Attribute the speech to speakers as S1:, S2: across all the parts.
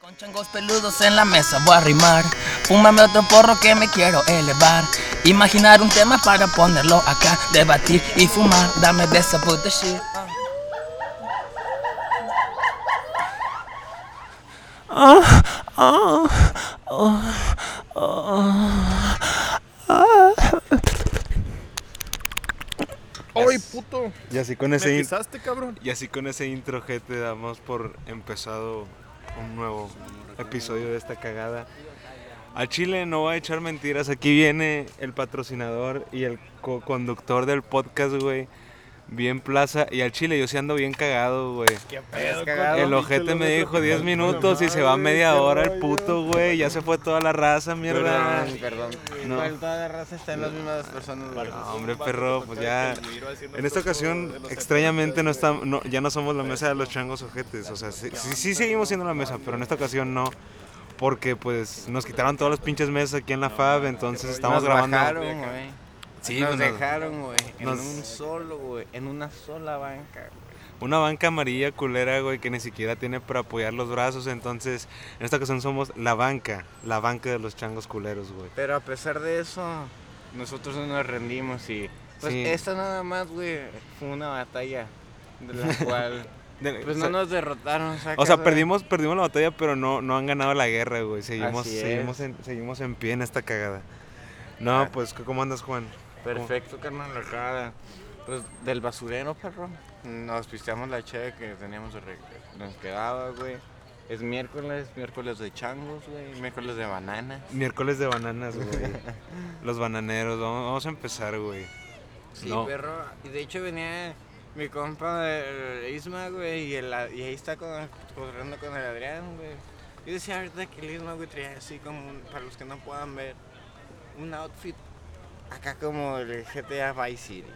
S1: Con changos peludos en la mesa voy a rimar. Fúmame otro porro que me quiero elevar. Imaginar un tema para ponerlo acá. Debatir y fumar. Dame de esa puta shit.
S2: ¡Ay, puto!
S3: Y así con
S2: ¿Me
S3: ese, in-
S2: pisaste, cabrón?
S3: y así con ese intro, gente, damos por empezado un nuevo episodio de esta cagada. A Chile no va a echar mentiras. Aquí viene el patrocinador y el co-conductor del podcast, güey. Bien plaza. Y al Chile yo sí ando bien cagado, güey.
S2: ¡Qué pedo,
S3: El ojete me dijo 10 minutos y se va media hora el puto, güey. Ya se fue toda la raza, mierda.
S4: Perdón, perdón.
S3: No.
S4: Igual toda la raza está en las mismas personas. güey.
S3: No, hombre, perro, pues ya. En esta ocasión, extrañamente, no estamos, no, ya no somos la mesa de los changos ojetes. O sea, sí, sí, sí seguimos siendo la mesa, pero en esta ocasión no. Porque, pues, nos quitaron todas las pinches mesas aquí en la FAB, entonces estamos
S4: Nos
S3: grabando.
S4: bajaron, güey.
S3: Sí, pues, nos-
S4: nos dejaron, güey. En
S3: nos-
S4: un solo, güey. En una sola banca. güey.
S3: Una banca amarilla culera, güey, que ni siquiera tiene para apoyar los brazos. Entonces, en esta ocasión somos la banca, la banca de los changos culeros, güey.
S4: Pero a pesar de eso, nosotros no nos rendimos y. Pues
S3: Sí.
S4: esta nada más, güey, fue una batalla. De la cual.
S3: De-
S4: Pues
S3: o sea,
S4: no nos derrotaron.
S3: O sea,
S4: ¿sacas, güey?
S3: perdimos, perdimos la batalla, pero no, no han ganado la guerra, güey. Seguimos,
S4: Así es.
S3: seguimos, en, seguimos en pie en esta cagada. No,
S4: Ah.
S3: pues, ¿cómo andas, Juan?
S4: Perfecto, carnal, acá. Pues del basurero, perro. Nos pisteamos la cheve que teníamos de re- nos quedaba, güey. Es miércoles, miércoles de changos, güey, miércoles de bananas.
S3: Miércoles de bananas, güey. Los bananeros, vamos, vamos a empezar, güey.
S4: Sí,
S3: No.
S4: perro. Y de hecho venía mi compa eh, Isma, güey, y, el, y ahí está con- corriendo con el Adrián, güey. Yo decía ahorita que el Isma, güey, traía así como, un- para los que no puedan ver, un outfit acá como el GTA Vice City.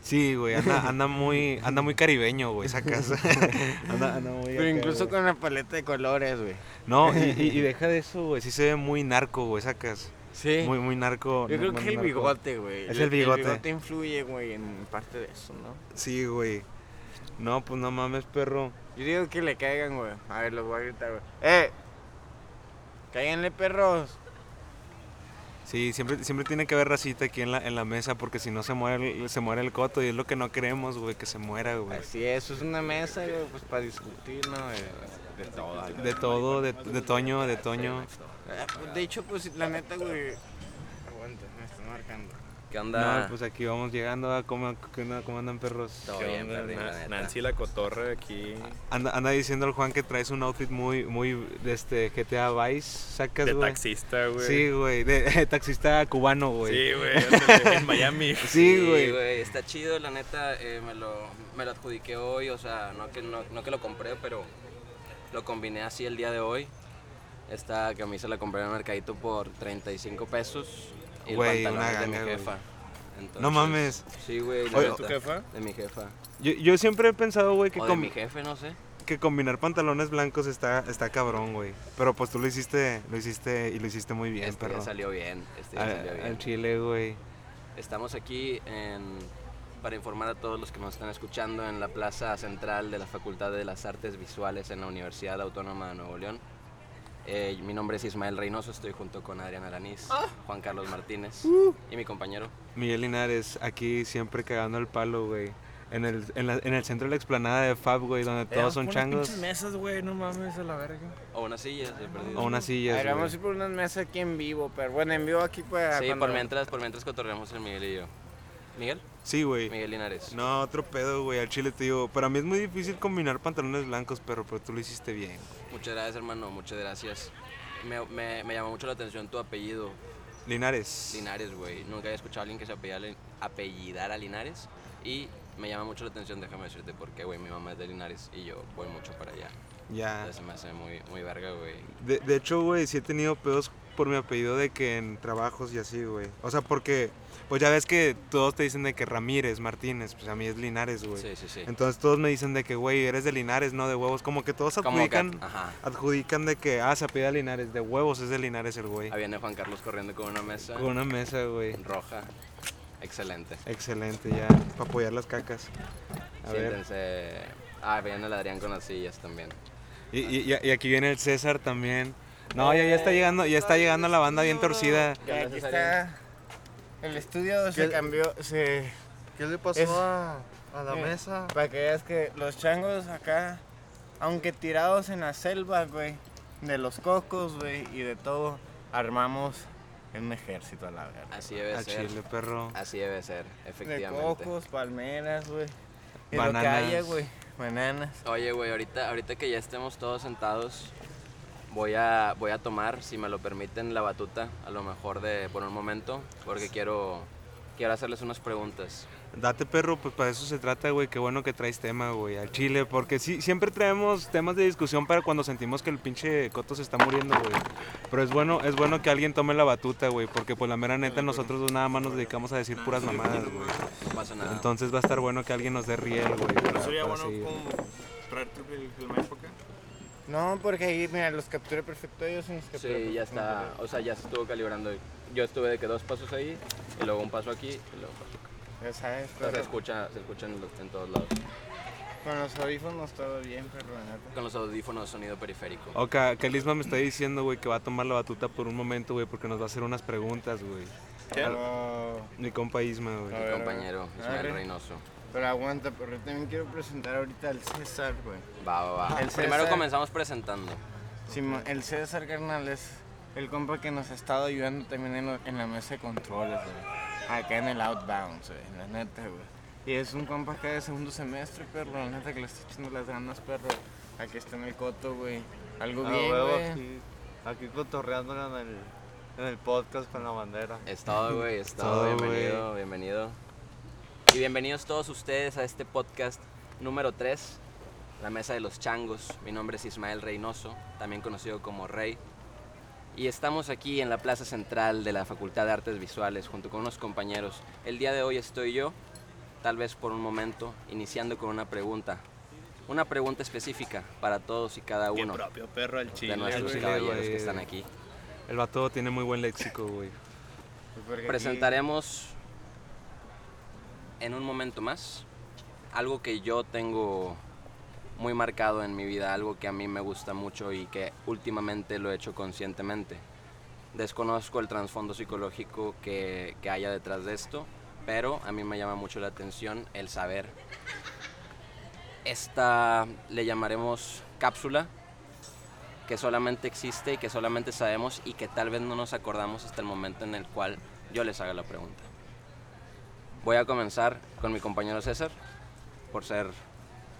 S3: Sí, güey, anda, anda muy, anda muy caribeño, güey, esa casa. Anda- anda muy
S4: Pero
S3: acá,
S4: incluso
S3: güey.
S4: con la paleta de colores, güey.
S3: No, y, y- y deja de eso, güey, sí se ve muy narco, güey, esa casa.
S4: Sí.
S3: Muy, muy narco.
S4: Yo creo
S3: muy
S4: que el
S3: narco.
S4: bigote, güey.
S3: Es el bigote.
S4: El bigote influye, güey, en parte de eso, ¿no?
S3: Sí, güey. No, pues no mames, perro.
S4: Yo digo que le caigan, güey. A ver, los voy a gritar, güey. ¡Eh! ¡Cáiganle, perros!
S3: Sí, siempre, siempre tiene que haber racita aquí en la, en la mesa porque si no se muere, el- se muere el coto y es lo que no queremos, güey, que se muera, güey.
S4: Así Pues es, es una mesa, güey, pues para discutir, ¿no? Eh, De, de todo. güey.
S3: De todo, de, de Toño, de Toño.
S4: Ah, pues, De hecho, pues la neta, güey. Aguanta, me están marcando.
S5: ¿Qué onda?
S3: No, pues aquí vamos llegando a cómo, qué onda, cómo andan perros.
S5: Todo
S2: ¿Qué
S5: bien,
S2: onda?
S5: perdí, la
S2: Na-
S5: neta.
S2: Nancy la cotorra aquí.
S3: Anda, anda diciendo el Juan que traes un outfit muy, muy de este GTA Vice, sacas,
S2: De
S3: güey.
S2: taxista, güey.
S3: Sí, güey, de, taxista cubano, güey.
S2: Sí, güey. ándale, En Miami.
S3: Sí, güey.
S5: Está chido, la neta, eh, me, lo, me lo adjudiqué hoy, o sea, no que, no, no que lo compré, pero lo combiné así el día de hoy. Esta camisa la compré en el mercadito por 35 pesos y el
S3: Güey,
S5: pantalón
S3: una
S5: es de
S3: ganga,
S5: mi
S3: güey.
S5: jefa.
S3: No mames.
S5: Sí, güey. la
S3: Oye,
S5: neta.
S2: ¿tu jefa?
S5: De mi jefa.
S3: Yo, yo siempre he pensado, güey, que,
S5: O de
S3: com-
S5: mi jefe, no sé.
S3: que combinar pantalones blancos está, está cabrón, güey. Pero pues tú lo hiciste, lo hiciste y lo hiciste muy bien,
S5: este
S3: perro.
S5: ya salió bien. Este ya
S3: Al-
S5: salió bien.
S3: al Chile, güey.
S5: Estamos aquí en- para informar a todos los que nos están escuchando en la plaza central de la Facultad de las Artes Visuales en la Universidad Autónoma de Nuevo León. Eh, mi nombre es Ismael Reynoso, estoy junto con Adrián Alanís, Juan Carlos Martínez y mi compañero.
S3: Miguel Linares, aquí siempre cagando el palo, güey. En el, en, la- en el centro de la explanada de Fab, güey, donde todos son changos.
S6: mesas, güey, no mames, a la verga.
S5: O una silla, de perdido.
S3: O unas sillas,
S4: a ver, vamos a
S3: güey.
S4: ir por unas mesas aquí en vivo, pero bueno, en vivo aquí para.
S5: Sí,
S4: cuando-
S5: por mientras, por mientras cotorreamos el Miguel y yo. ¿Miguel?
S3: Sí, güey.
S5: Miguel Linares.
S3: No, otro pedo, güey. Al chile te digo, para mí es muy difícil combinar pantalones blancos, pero, pero tú lo hiciste bien.
S5: Muchas gracias, hermano, muchas gracias. Me, me- me llamó mucho la atención tu apellido,
S3: Linares.
S5: Linares, güey. Nunca había escuchado a alguien que se apellidara, apellidara Linares. Y me llama mucho la atención, déjame decirte por qué, güey. Mi mamá es de Linares y yo voy mucho para allá.
S3: Ya.
S5: Entonces me hace muy, muy verga, güey.
S3: De, de hecho, güey, sí he tenido pedos por mi apellido de que en trabajos y así, güey. O sea, porque, pues ya ves que todos te dicen de que Ramírez, Martínez, pues a mí es Linares, güey.
S5: Sí, sí, sí.
S3: Entonces todos me dicen de que, güey, eres de Linares, no de huevos. Como que todos
S5: Como que,
S3: adjudican.
S5: ajá.
S3: adjudican de que, ah, se apellida Linares, de huevos es de Linares el güey.
S5: Ahí viene Juan Carlos corriendo con una mesa
S3: Con una mesa, güey.
S5: roja. Excelente.
S3: Excelente, ya, para apoyar las cacas. A ver,
S5: Siéntense. Ah, viene el Adrián con las sillas también.
S3: Y, y- y- y aquí viene el César también. No, ya, ya está
S5: Eh,
S3: llegando, ya está llegando la banda bien torcida.
S4: Y aquí está. El estudio se cambió. Se,
S7: ¿Qué le pasó
S4: Es-
S7: a, a la
S4: Eh.
S7: mesa?
S4: para que veas que los changos acá, aunque tirados en la selva, güey, de los cocos, güey, y de todo, armamos un ejército a la verga.
S5: Así debe
S3: A
S5: ser.
S3: Ah, Chile, perro.
S5: Así debe ser,
S4: De
S5: efectivamente.
S4: cocos, palmeras, güey. Y lo que
S3: Bananas.
S4: haya, güey. Bananas.
S5: Oye, güey, ahorita, ahorita que ya estemos todos sentados, voy a, voy a tomar, si me lo permiten, la batuta, a lo mejor de por un momento, porque quiero, quiero hacerles unas preguntas.
S3: Date, perro, pues para eso se trata, güey. Qué bueno que traes tema, güey, al Chile. Porque sí, siempre traemos temas de discusión para cuando sentimos que el pinche coto se está muriendo, güey. Pero es bueno, es bueno que alguien tome la batuta, güey. Porque pues la mera neta, nosotros dos nada más nos dedicamos a decir puras mamadas, güey.
S5: No pasa nada.
S3: Entonces va a estar bueno que alguien nos dé riel, güey. para-
S2: sería
S3: para
S2: bueno
S3: seguir.
S2: como traerte el clima época.
S4: No, porque ahí, mira, los capturé perfecto ellos y los capturé
S5: sí, ya
S4: perfecto.
S5: está, o sea, ya se estuvo calibrando. Yo estuve de que dos pasos ahí, y luego un paso aquí, y luego un paso acá.
S4: Ya sabes,
S5: Entonces se
S4: pero
S5: escucha, se escucha en, lo- en todos lados.
S4: con los audífonos todo bien, pero la neta.
S5: Con los audífonos, sonido periférico.
S3: Ok, Kelisma me está diciendo, güey, que va a tomar la batuta por un momento, güey, porque nos va a hacer unas preguntas, güey.
S4: Pero,
S3: Mi compa Isma, güey.
S4: A
S5: Mi
S4: ver, a ver.
S5: compañero
S4: Arre.
S5: Ismael Reynoso.
S4: pero aguanta, porque también quiero presentar ahorita al César, güey.
S5: Va, va, va.
S4: El
S5: Primero
S4: César.
S5: comenzamos presentando.
S4: Simón, el César carnal es el compa que nos ha estado ayudando también en, lo- en la mesa de controles, güey. Acá en el Outbound, güey, la neta, güey. Y es un compa acá de segundo semestre, perro, la neta que le está echando las ganas, perro. Aquí está en el coto, güey. Algo
S7: A
S4: bien,
S7: huevo,
S4: güey.
S7: aquí, aquí cotorreando en el, en el podcast con la bandera.
S5: Es todo, güey, es todo.
S3: Todo,
S5: bienvenido, bienvenido. Y bienvenidos todos ustedes a este podcast número 3, La Mesa de los Changos. Mi nombre es Ismael Reynoso, también conocido como Rey. Y estamos aquí en la Plaza Central de la Facultad de Artes Visuales junto con unos compañeros. El día de hoy estoy yo, tal vez por un momento, iniciando con una pregunta. Una pregunta específica para todos y cada
S2: Qué
S5: uno
S2: propio perro al chile.
S5: de nuestros
S2: güey.
S3: chile,
S5: caballeros
S3: güey.
S5: que están aquí.
S3: El vato tiene muy buen léxico, güey.
S4: Pues porque aquí-
S5: Presentaremos en un momento más algo que yo tengo muy marcado en mi vida, algo que a mí me gusta mucho y que últimamente lo he hecho conscientemente. Desconozco el trasfondo psicológico que, que haya detrás de esto, pero a mí me llama mucho la atención el saber. Esta le llamaremos cápsula, que solamente existe y que solamente sabemos y que tal vez no nos acordamos hasta el momento en el cual yo les haga la pregunta. Voy a comenzar con mi compañero César, por ser
S3: El
S5: eh,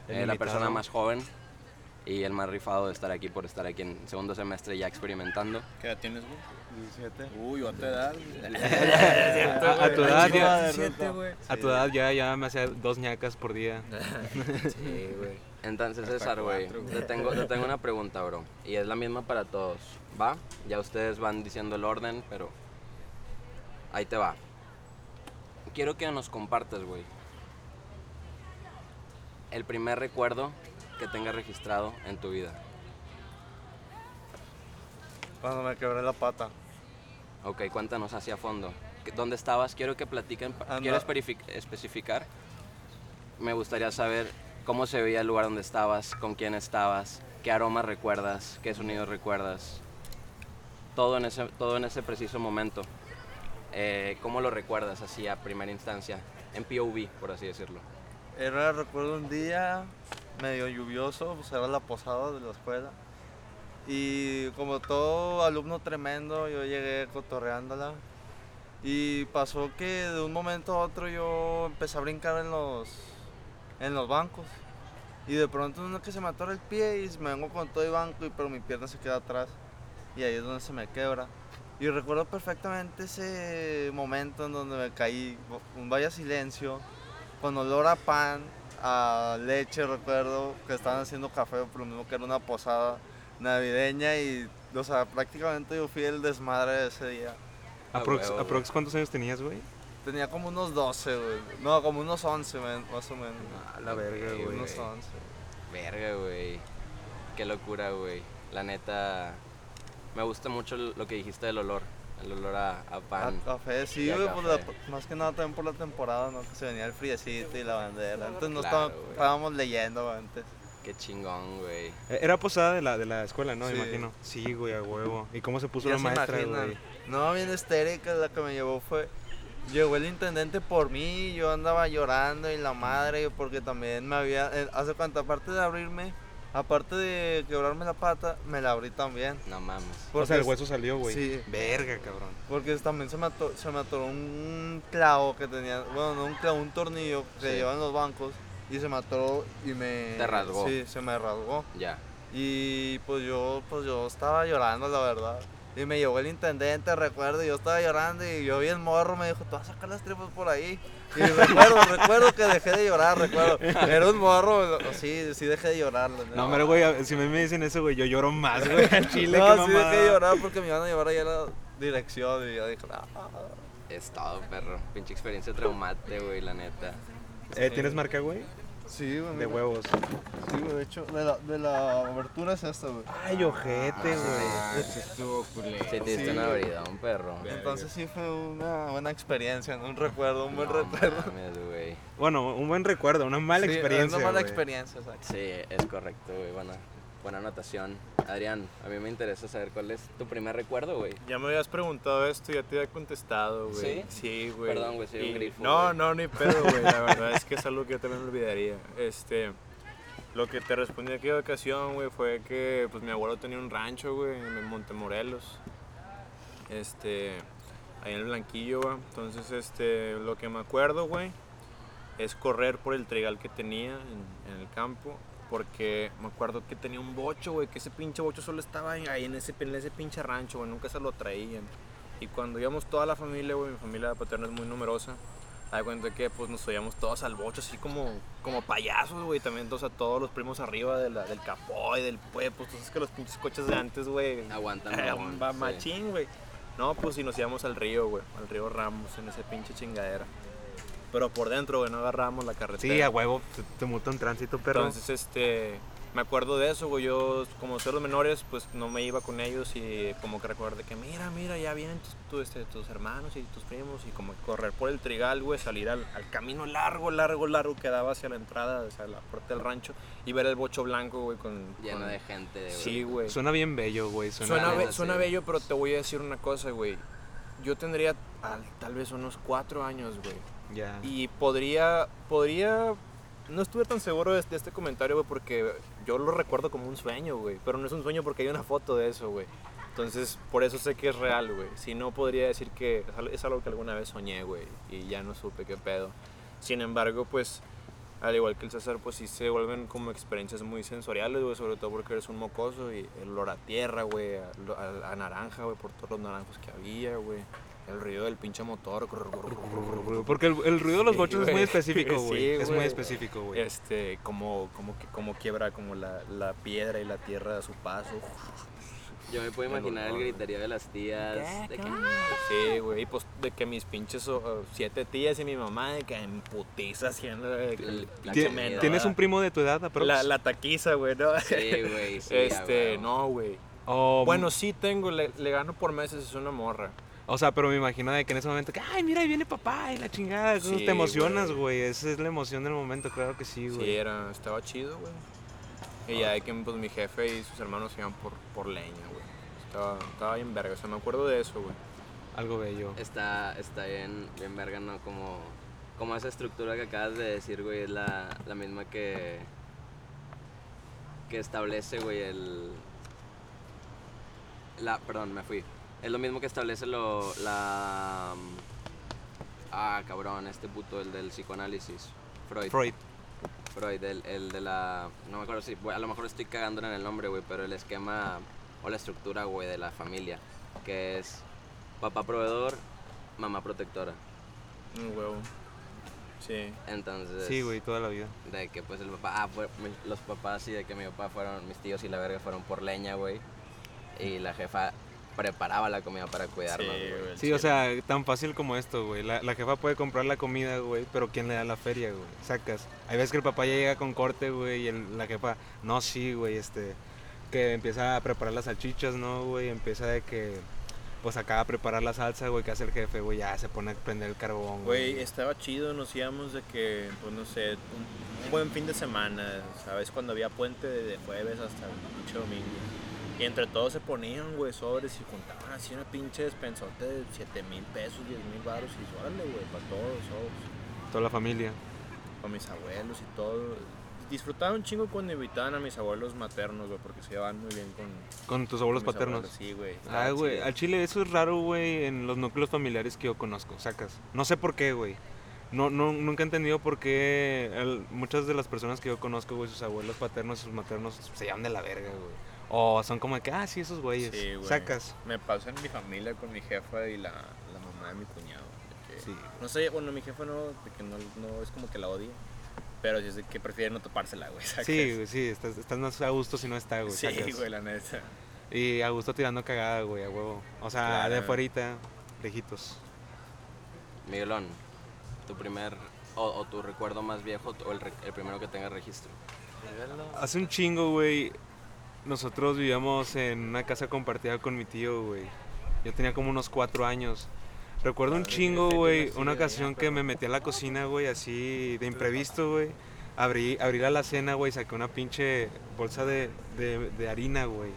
S5: la
S3: invitado.
S5: persona más joven y el más rifado de estar aquí, por estar aquí en segundo semestre ya experimentando.
S2: ¿Qué edad tienes, güey?
S7: 17.
S2: Uy, yo a tu edad.
S3: A, a tu edad, ya,
S8: Siete, güey.
S3: a tu edad ya, ya me hacía dos ñacas por día.
S5: Entonces, César, güey, te tengo, te tengo una pregunta, bro. Y es la misma para todos. ¿Va? Ya ustedes van diciendo el orden, pero. Ahí te va. Quiero que nos compartas, güey. El primer recuerdo que tengas registrado en tu vida.
S7: Cuando me quebré la pata.
S5: Ok, cuéntanos hacia fondo. ¿Qué- ¿Dónde estabas? Quiero que platiquen. pa-
S3: Ah,
S7: Anda.
S5: Quiero esperific- especificar. Me gustaría saber cómo se veía el lugar donde estabas, con quién estabas, qué aromas recuerdas, qué sonidos recuerdas. Todo en ese, todo en ese preciso momento. Eh, ¿Cómo lo recuerdas así a primera instancia? En POV, por así decirlo.
S7: Era, recuerdo un día medio lluvioso, pues era la posada de la escuela. Y como todo alumno tremendo, yo llegué cotorreándola. Y pasó que de un momento a otro yo empecé a brincar en los, en los bancos. Y de pronto uno que se me atora el pie y me vengo con todo el banco, y, pero mi pierna se queda atrás. Y ahí es donde se me quebra. Y recuerdo perfectamente ese momento en donde me caí, un vaya silencio con olor a pan, a leche, recuerdo que estaban haciendo café, por lo mismo que era una posada navideña y, o sea, prácticamente yo fui el desmadre de ese día.
S5: Ah,
S3: Aprox,
S5: huevo,
S3: aprox, ¿cuántos años tenías, güey?
S7: Tenía como unos 12, güey. No, como unos 11, men, más o menos.
S3: A Ah, la verga,
S5: Ok,
S3: güey.
S7: unos 11.
S5: Verga, güey. Qué locura, güey. La neta. Me gusta mucho lo que dijiste del olor. El olor a, a
S7: A
S3: Ah,
S5: pan.
S7: café, sí,
S5: Y a
S7: güey, por la-
S5: Ah, café.
S7: más que nada también por la temporada, ¿no? Que se venía el friecito y la bandera. Antes no
S5: Claro,
S7: estaba-
S5: güey.
S7: estábamos leyendo antes.
S5: Qué chingón, güey.
S3: Eh, Era posada de la, de la escuela, ¿no? Me
S7: Sí.
S3: Imagino. Sí, güey, a huevo. ¿Y cómo se puso
S7: Ya
S3: la
S7: se
S3: maestra,
S7: imaginan.
S3: güey?
S7: No, bien estérica la que me llevó fue. Llegó el intendente por mí, yo andaba llorando y la madre, porque también me había. eh, Hace cuánto, aparte de abrirme, aparte de quebrarme la pata, me la abrí también.
S5: No mames.
S7: Porque
S3: o sea, el
S7: es-
S3: hueso salió, güey.
S7: Sí.
S3: Verga, cabrón.
S7: Porque también se me, ato- se me atoró un clavo que tenía, bueno, no un clavo, un tornillo que
S5: Sí.
S7: llevan los bancos y se me atoró y me...
S5: Te rasgó.
S7: Sí, se me rasgó.
S5: Ya.
S7: Y pues yo, pues yo estaba llorando, la verdad. Y me llevó el intendente, recuerdo, y yo estaba llorando y yo vi el morro, me dijo, tú vas a sacar las tripas por ahí. Y recuerdo, recuerdo que dejé de llorar, recuerdo. Era un morro, lo- sí, sí dejé de llorar. la neta.
S3: No, pero güey, a- si me, me dicen eso, güey, yo lloro más, güey. al Chile,
S7: No,
S3: qué
S7: sí
S3: mamada.
S7: dejé de llorar porque me iban a llevar allá a la dirección y yo dije, "Ah".
S5: Es todo, perro. Pinche experiencia traumante, güey, la neta.
S3: Eh, ¿Tienes marca, güey?
S7: Sí, güey.
S3: De
S7: mira.
S3: huevos.
S7: Sí, güey, de hecho, de la, de la abertura es esta, güey.
S3: Ay, ojete, Ah, güey.
S9: Eso estuvo culero.
S5: Sí, te diste
S7: Sí,
S5: un
S7: güey.
S5: abridón, perro.
S7: Entonces sí fue una buena experiencia, ¿no? un recuerdo, un buen
S5: No
S7: recuerdo.
S5: mames, güey.
S3: Bueno, un buen recuerdo, una mala
S7: Sí,
S3: experiencia.
S7: Una mala
S3: güey.
S7: experiencia, exacto.
S5: Sí, es correcto, güey. Buena, buena anotación. Adrián, a mí me interesa saber cuál es tu primer recuerdo, güey.
S2: Ya me habías preguntado esto y ya te había contestado, güey.
S5: ¿Sí?
S2: güey.
S5: Perdón, güey, soy un
S2: Y-
S5: grifo,
S2: No,
S5: güey.
S2: no, ni pedo, güey. La verdad es que es algo que yo también me olvidaría. Este, lo que te respondí en aquella ocasión, güey, fue que pues mi abuelo tenía un rancho, güey, en Montemorelos. Este, ahí en el Blanquillo, güey. Entonces, este, lo que me acuerdo, güey, es correr por el trigal que tenía en, en el campo. Porque me acuerdo que tenía un bocho, güey, que ese pinche bocho solo estaba ahí ahí en ese, en ese pinche rancho, güey, nunca se lo traían. Y cuando íbamos toda la familia, güey, mi familia paterna es muy numerosa, da cuenta que pues nos subíamos todos al bocho, así como, como payasos, güey, también todos a todos los primos arriba de la- del capó y del pueblo, pues tú sabes que los pinches coches de antes, güey,
S5: Aguantan.
S2: eh,
S5: mamón.
S2: va
S5: Sí.
S2: machín, güey. No, pues si nos íbamos al río, güey, al río Ramos, en ese pinche chingadera. Pero por dentro, güey, no agarramos la carretera.
S3: Sí, a huevo, te, te multa un tránsito, pero.
S2: Entonces, este, me acuerdo de eso, güey. Yo, como soy los menores, pues no me iba con ellos y como que recuerdo que, mira, mira, ya vienen tus, tu- este, tus hermanos y tus primos y como correr por el trigal, güey, salir al, al camino largo, largo, largo que daba hacia la entrada, hacia la puerta del rancho y ver el bocho blanco, güey, con...
S5: Lleno
S2: con-
S5: de gente, güey.
S2: Sí, güey.
S3: Suena bien bello, güey. Suena,
S2: Suena, be-
S5: sí.
S2: suena bello, pero te voy a decir una cosa, güey. Yo tendría al- tal vez unos cuatro años, güey.
S3: Ya.
S2: Y podría, podría, no estuve tan seguro de, de este comentario, güey, porque yo lo recuerdo como un sueño, güey. Pero no es un sueño porque hay una foto de eso, güey. Entonces, por eso sé que es real, güey. Si no, podría decir que es al- es algo que alguna vez soñé, güey. Y ya no supe qué pedo. Sin embargo, pues, al igual que el César, pues sí se vuelven como experiencias muy sensoriales, güey. Sobre todo porque eres un mocoso y el olor a tierra, güey. A, lo- a- a naranja, güey, por todos los naranjos que había, güey. El ruido del pinche motor.
S3: Porque el, el ruido de los
S2: Sí,
S3: bochos es muy
S2: güey.
S3: específico,
S2: Sí,
S3: güey. es muy
S2: güey.
S3: específico, güey.
S2: Este, como, como, que- como quiebra como la, la piedra y la tierra a su paso.
S5: Yo me puedo imaginar el griterío de las tías. de que, "Ah,
S2: Sí, güey, y pues de que mis pinches oh, oh, siete tías y mi mamá de que en putiza haciendo el, el pinche
S5: La
S3: Tien-
S5: comida.
S2: menú,
S3: ¿Tienes un primo de tu edad, aprox?
S2: la, la taquiza, güey, ¿no?
S5: Sí, güey. sí, a
S2: este,
S5: huevo.
S2: no, güey.
S3: O-
S2: Bueno, sí tengo, le, le gano por meses, es una morra.
S3: O sea, pero me imagino de que en ese momento, que, ay, mira, ahí viene papá y la chingada. eso
S2: Sí,
S3: te emocionas,
S2: güey.
S3: güey. Esa es la emoción del momento, claro que sí,
S2: Sí,
S3: güey.
S2: era, estaba chido, güey. Y ya de que pues, mi jefe y sus hermanos iban por, por leña, güey. Estaba, estaba bien verga, o sea, me acuerdo de eso, güey.
S3: Algo bello.
S5: Está, está bien, bien verga, ¿no? Como, como esa estructura que acabas de decir, güey, es la, la misma que, que establece, güey, el... La, perdón, me fui. Es lo mismo que establece lo, la... mm, Ah, cabrón, este puto, el del psicoanálisis. Freud.
S3: Freud.
S5: Freud, el, el de la... No me acuerdo si... bueno, A lo mejor estoy cagando en el nombre, güey, pero el esquema o la estructura, güey, de la familia, que es papá proveedor, mamá protectora.
S2: Un huevo. Sí.
S5: Entonces,
S3: Sí, güey, toda la vida.
S5: de que pues el papá, ah, fue- mi- los papás y de que mi papá fueron, mis tíos y la verga fueron por leña, güey. Y la jefa preparaba la comida para cuidarnos, güey.
S3: Sí, o sea, tan fácil como esto, güey. La, la jefa puede comprar la comida, güey, pero ¿quién le da la feria, güey? Sacas. Hay veces que el papá ya llega con corte, güey, y el- la jefa, no, sí, güey, este, que empieza a preparar las salchichas, ¿no, güey? Empieza de que, pues acaba a preparar la salsa, güey, que hace el jefe, güey, ya se pone a prender el carbón,
S2: Güey, estaba chido, nos íbamos de que, pues no sé, un, un buen fin de semana, ¿sabes? Cuando había puente de jueves hasta el pinche domingo. Y entre todos se ponían, güey, sobres y juntaban así una pinche despensote de 7 mil pesos, 10 mil baros y órale, güey, para todos, sobres.
S3: Toda la familia.
S2: Con mis abuelos y todo. Disfrutaba un chingo cuando invitaban a mis abuelos maternos, güey, porque se llevaban muy bien con.
S3: Con tus abuelos
S2: con mis
S3: paternos.
S2: abuelos, Sí, güey.
S3: Ah,
S2: estaban
S3: güey,
S2: chidas.
S3: al chile eso es raro, güey, en los núcleos familiares que yo conozco, sacas. No sé por qué, güey. No, no, nunca he entendido por qué el- muchas de las personas que yo conozco, güey, sus abuelos paternos y sus maternos se llaman de la verga, güey. O son como de que, ah, sí, esos güeyes.
S2: Sí, güey.
S3: Sacas.
S2: Me pasó en mi familia con mi jefa y la, la mamá de mi cuñado. de que-
S3: Sí.
S2: No sé, bueno, mi jefa no, de que no, no es como que la odie, pero sí es de que prefiere no topársela, güey. ¿sacas?
S3: Sí, güey, sí, estás, estás más a gusto si no está, güey.
S2: Sí,
S3: sacas.
S2: güey, la neta.
S3: Y a gusto tirando cagada, güey, a huevo. O sea, de
S2: Claro.
S3: afuerita, lejitos.
S5: Miguelón, tu primer, o, o tu recuerdo más viejo, o el, re- el primero que tengas registro.
S3: Hace un chingo, güey. Nosotros vivíamos en una casa compartida con mi tío, güey. Yo tenía como unos cuatro años. Recuerdo un chingo, güey, una ocasión que me metí a la cocina, güey, así de imprevisto, güey. Abrí, abrí la alacena, güey, saqué una pinche bolsa de, de- de harina, güey.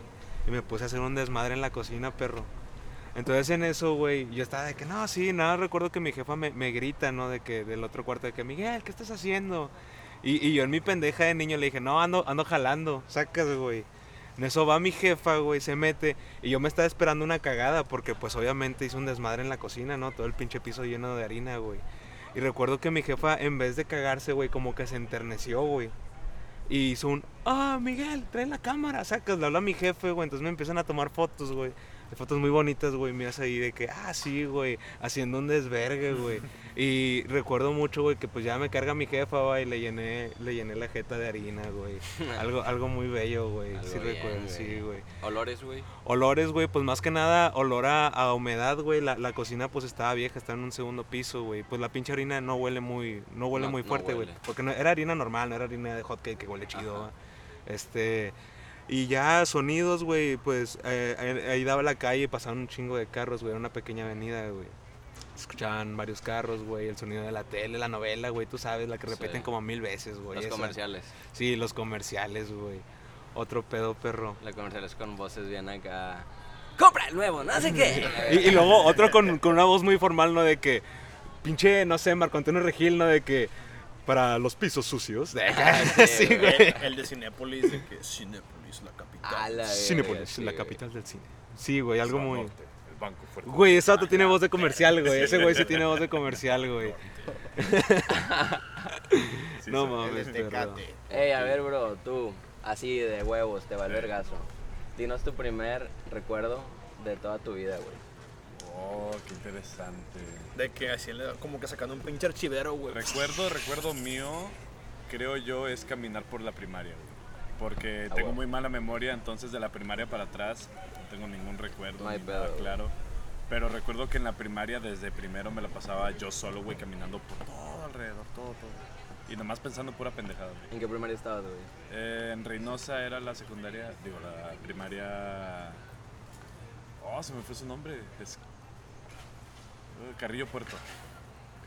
S3: Y me puse a hacer un desmadre en la cocina, perro. Entonces en eso, güey, yo estaba de que no, sí, nada, recuerdo que mi jefa me, me grita, ¿no? De que del otro cuarto, de que Miguel, ¿qué estás haciendo? Y, y yo en mi pendeja de niño le dije, no, ando, ando jalando, sacas, güey. En eso va mi jefa, güey, se mete. Y yo me estaba esperando una cagada porque pues obviamente hice un desmadre en la cocina, ¿no? Todo el pinche piso lleno de harina, güey. Y recuerdo que mi jefa en vez de cagarse, güey, como que se enterneció, güey. Y hizo un, ah, Miguel, trae la cámara, sacas, le habla a mi jefe, güey. Entonces me empiezan a tomar fotos, güey. de Fotos muy bonitas, güey, mías ahí de que, ah, sí, güey, haciendo un desvergue, güey. Y recuerdo mucho, güey, que pues ya me carga mi jefa, güey, y le llené, le llené la jeta de harina, güey. Algo, algo muy bello, güey.
S5: Algo
S3: Sí
S5: bien,
S3: recuerdo,
S5: güey.
S3: sí, güey.
S5: Olores, güey.
S3: Olores, güey, pues más que nada olor a, a humedad, güey. La, la cocina pues estaba vieja, estaba en un segundo piso, güey. Pues la pinche harina no huele muy, no huele
S5: No,
S3: muy
S5: no
S3: fuerte, güey.
S5: huele.
S3: Porque no, era harina normal, no era harina de hotcake que huele chido, va. Este. Y ya sonidos, güey, pues eh, ahí- ahí daba la calle y pasaban un chingo de carros, güey. Era una pequeña avenida, güey. Escuchaban varios carros, güey. El sonido de la tele, la novela, güey. Tú sabes, la que
S5: Sí.
S3: repiten como mil veces, güey.
S5: Los
S3: esa.
S5: comerciales.
S3: Sí, los comerciales, güey. Otro pedo, perro.
S5: Los comerciales con voces bien acá. ¡Compra el nuevo! No sé qué.
S3: Y, y luego otro con, con una voz muy formal, ¿no? De que, pinche, no sé, Marco Antonio Regil, ¿no? De que, para los pisos sucios. De que, sí,
S5: güey.
S3: güey.
S2: El de Cinépolis, de que Cinépolis, la capital.
S5: A la verga,
S3: Cinépolis,
S5: sí,
S3: la
S5: güey.
S3: capital del cine. Sí, güey, algo muy...
S2: Norte, el banco fuerte.
S3: Güey, ese vato tiene voz de comercial, güey. Ese güey sí tiene voz de comercial, güey. No mames, perdón.
S5: Ey, a ver, bro, tú, así de huevos, te va el vergazo. Dinos tu primer recuerdo de toda tu vida, güey.
S10: Oh, qué interesante.
S2: De que así le- como que sacando un pinche archivero, güey.
S10: Recuerdo, recuerdo mío, creo yo, es caminar por la primaria, güey. Porque
S5: Ah,
S10: tengo
S5: bueno.
S10: muy mala memoria, entonces de la primaria para atrás no tengo ningún recuerdo,
S5: No hay
S10: ni
S5: pedo,
S10: nada
S5: güey.
S10: claro. Pero recuerdo que en la primaria desde primero me la pasaba yo solo, güey, caminando por todo alrededor, todo, todo. Y nomás pensando pura pendejada, güey.
S5: ¿En qué primaria estabas, güey?
S10: Eh, en Reynosa era la secundaria, digo, la primaria. Oh, se me fue su nombre. Es... Eh, Carrillo Puerto.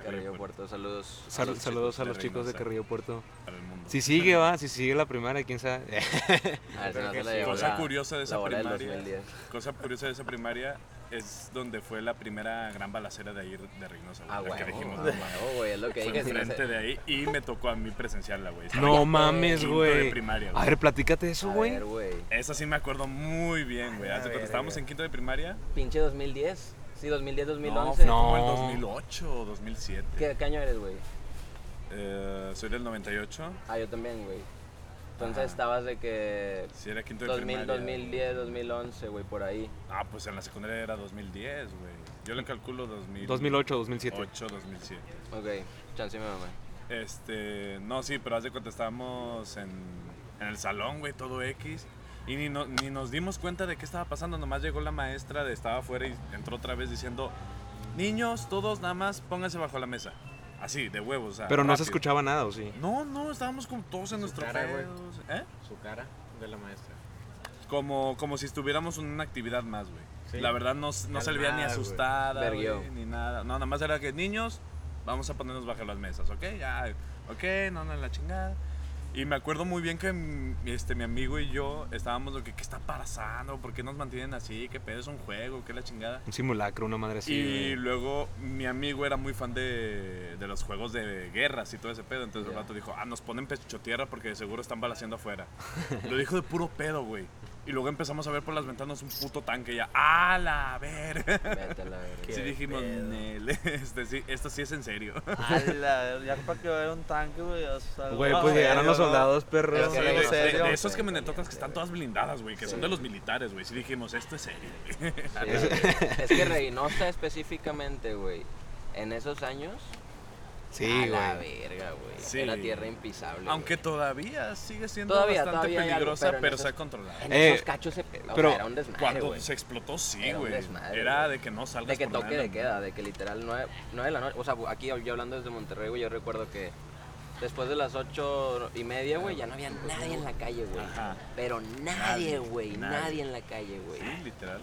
S5: Carrillo Puerto, saludos. a
S3: Sal-
S5: los
S3: saludos
S10: chicos
S3: a los
S10: de
S3: chicos de
S10: Reynosa.
S3: Carrillo Puerto.
S10: Para el mundo.
S3: Si sigue, va, si sigue la primera, quién sabe.
S5: chicos. A ver, se nos
S10: Creo que
S5: la
S10: sí.
S5: llevó
S10: Cosa
S5: la-
S10: curiosa de esa
S5: la bola del
S10: primaria.
S5: 2010.
S10: Cosa curiosa de esa primaria es donde fue la primera gran balacera de ahí de Reynosa. güey,
S5: Ah,
S10: la
S5: güey.
S10: que dijimos,
S5: ah,
S10: no,
S5: huevo, güey, es lo que
S10: Fue
S5: dije. si no se-
S10: enfrente de ahí y me tocó a mí presenciarla, güey. Estaba
S3: No
S10: en
S3: mames,
S10: quinto de
S3: güey.
S10: primaria,
S3: A
S10: güey.
S3: ver, platícate
S5: A
S3: eso, güey.
S5: ver, güey.
S10: Esa sí me acuerdo muy bien, güey. Hace cuando estábamos en quinto de primaria.
S5: Pinche 2010. Sí, 2010, 2011.
S10: fue como el
S3: No.
S10: 2008 o 2007.
S5: ¿Qué, qué año eres, güey?
S10: Eh, soy del 98.
S5: Ah, yo también, güey. Entonces
S10: Ajá.
S5: estabas de que.
S10: Si era quinto de
S5: 2000,
S10: primaria.
S5: 2010, 2011, güey, por ahí.
S10: Ah, pues en la secundaria era 2010, güey. Yo le calculo 2000,
S3: 2008, 2007.
S10: 8, 2007.
S5: Ok, chance mi mamá.
S10: Este, no, sí, pero hace cuando estábamos en, en el salón, güey, todo X. Y ni, no- ni nos dimos cuenta de qué estaba pasando. Nomás llegó la maestra de estaba afuera y entró otra vez diciendo: Niños, todos nada más pónganse bajo la mesa. Así, de huevos. o sea,
S3: Pero no se
S10: rápido.
S3: escuchaba nada, ¿o sí?
S10: No, no, estábamos como todos en nuestro
S2: cara, güey.
S10: pedos, ¿Eh?
S2: Su cara de la maestra.
S10: Como, como si estuviéramos en una actividad más, güey.
S2: Sí.
S10: La verdad no, s- no se le veía ni
S2: Calmada, güey.
S10: asustada, güey,
S5: Vergueó.
S10: ni nada. No, nada más era que niños, vamos a ponernos bajo las mesas, ¿ok? Ya, ok, no, no, la chingada. Y me acuerdo muy bien que mm, este, mi amigo y yo estábamos lo que, ¿qué está pasando? ¿Por qué nos mantienen así? ¿Qué pedo es un juego? ¿Qué la chingada?
S3: Un simulacro, una madre así.
S10: y
S3: güey.
S10: luego mi amigo era muy fan de, de los juegos de guerras y todo ese pedo. Entonces
S5: Ya.
S10: el vato dijo, ah, nos ponen pecho tierra porque de seguro están balaseando afuera. Lo dijo de puro pedo, güey. Y luego empezamos a ver por las ventanas un puto tanque ya. ¡A la verga!
S5: Vete a la verga.
S10: Sí dijimos, "Nel, este sí- esto sí es en serio.
S7: A la- ya para que vea un tanque, güey. o sea, algo
S3: Güey,
S7: más
S3: pues llegaron
S7: serio,
S3: los
S7: ¿no?
S3: soldados, perro.
S7: Es que
S10: Sí,
S7: algo
S10: de,
S7: serio.
S10: de- de esos camionetotas que están todas blindadas, güey, que son de los militares, güey. Sí dijimos, esto es serio,
S5: Sí,
S10: güey.
S5: güey. es que Reynosa específicamente, güey. En esos años. a
S3: Sí,
S5: la
S3: güey.
S5: verga, güey.
S10: Sí.
S5: Era tierra impisable.
S10: Aunque
S5: güey.
S10: todavía sigue siendo
S5: Todavía,
S10: bastante
S5: todavía hay algo,
S10: peligrosa,
S5: pero en
S10: pero
S5: esos-
S10: se ha controlado.
S5: En
S3: Eh,
S5: esos cachos se. o
S3: pero
S5: sea, era un desmadre,
S10: Cuando
S5: güey.
S10: se explotó, sí,
S5: Era un
S10: güey.
S5: desmadre,
S10: Era
S5: güey.
S10: de que no salgas
S5: De que
S10: por
S5: toque
S10: nada.
S5: de queda, de que literal 9, de la noche. O sea, aquí yo hablando desde Monterrey, güey, yo recuerdo que después de las ocho y media, güey, ya no había nadie en la calle, güey.
S10: Ajá.
S5: Pero nadie,
S10: Nadie,
S5: güey, nadie.
S10: nadie.
S5: en la calle, güey.
S10: Sí, literal.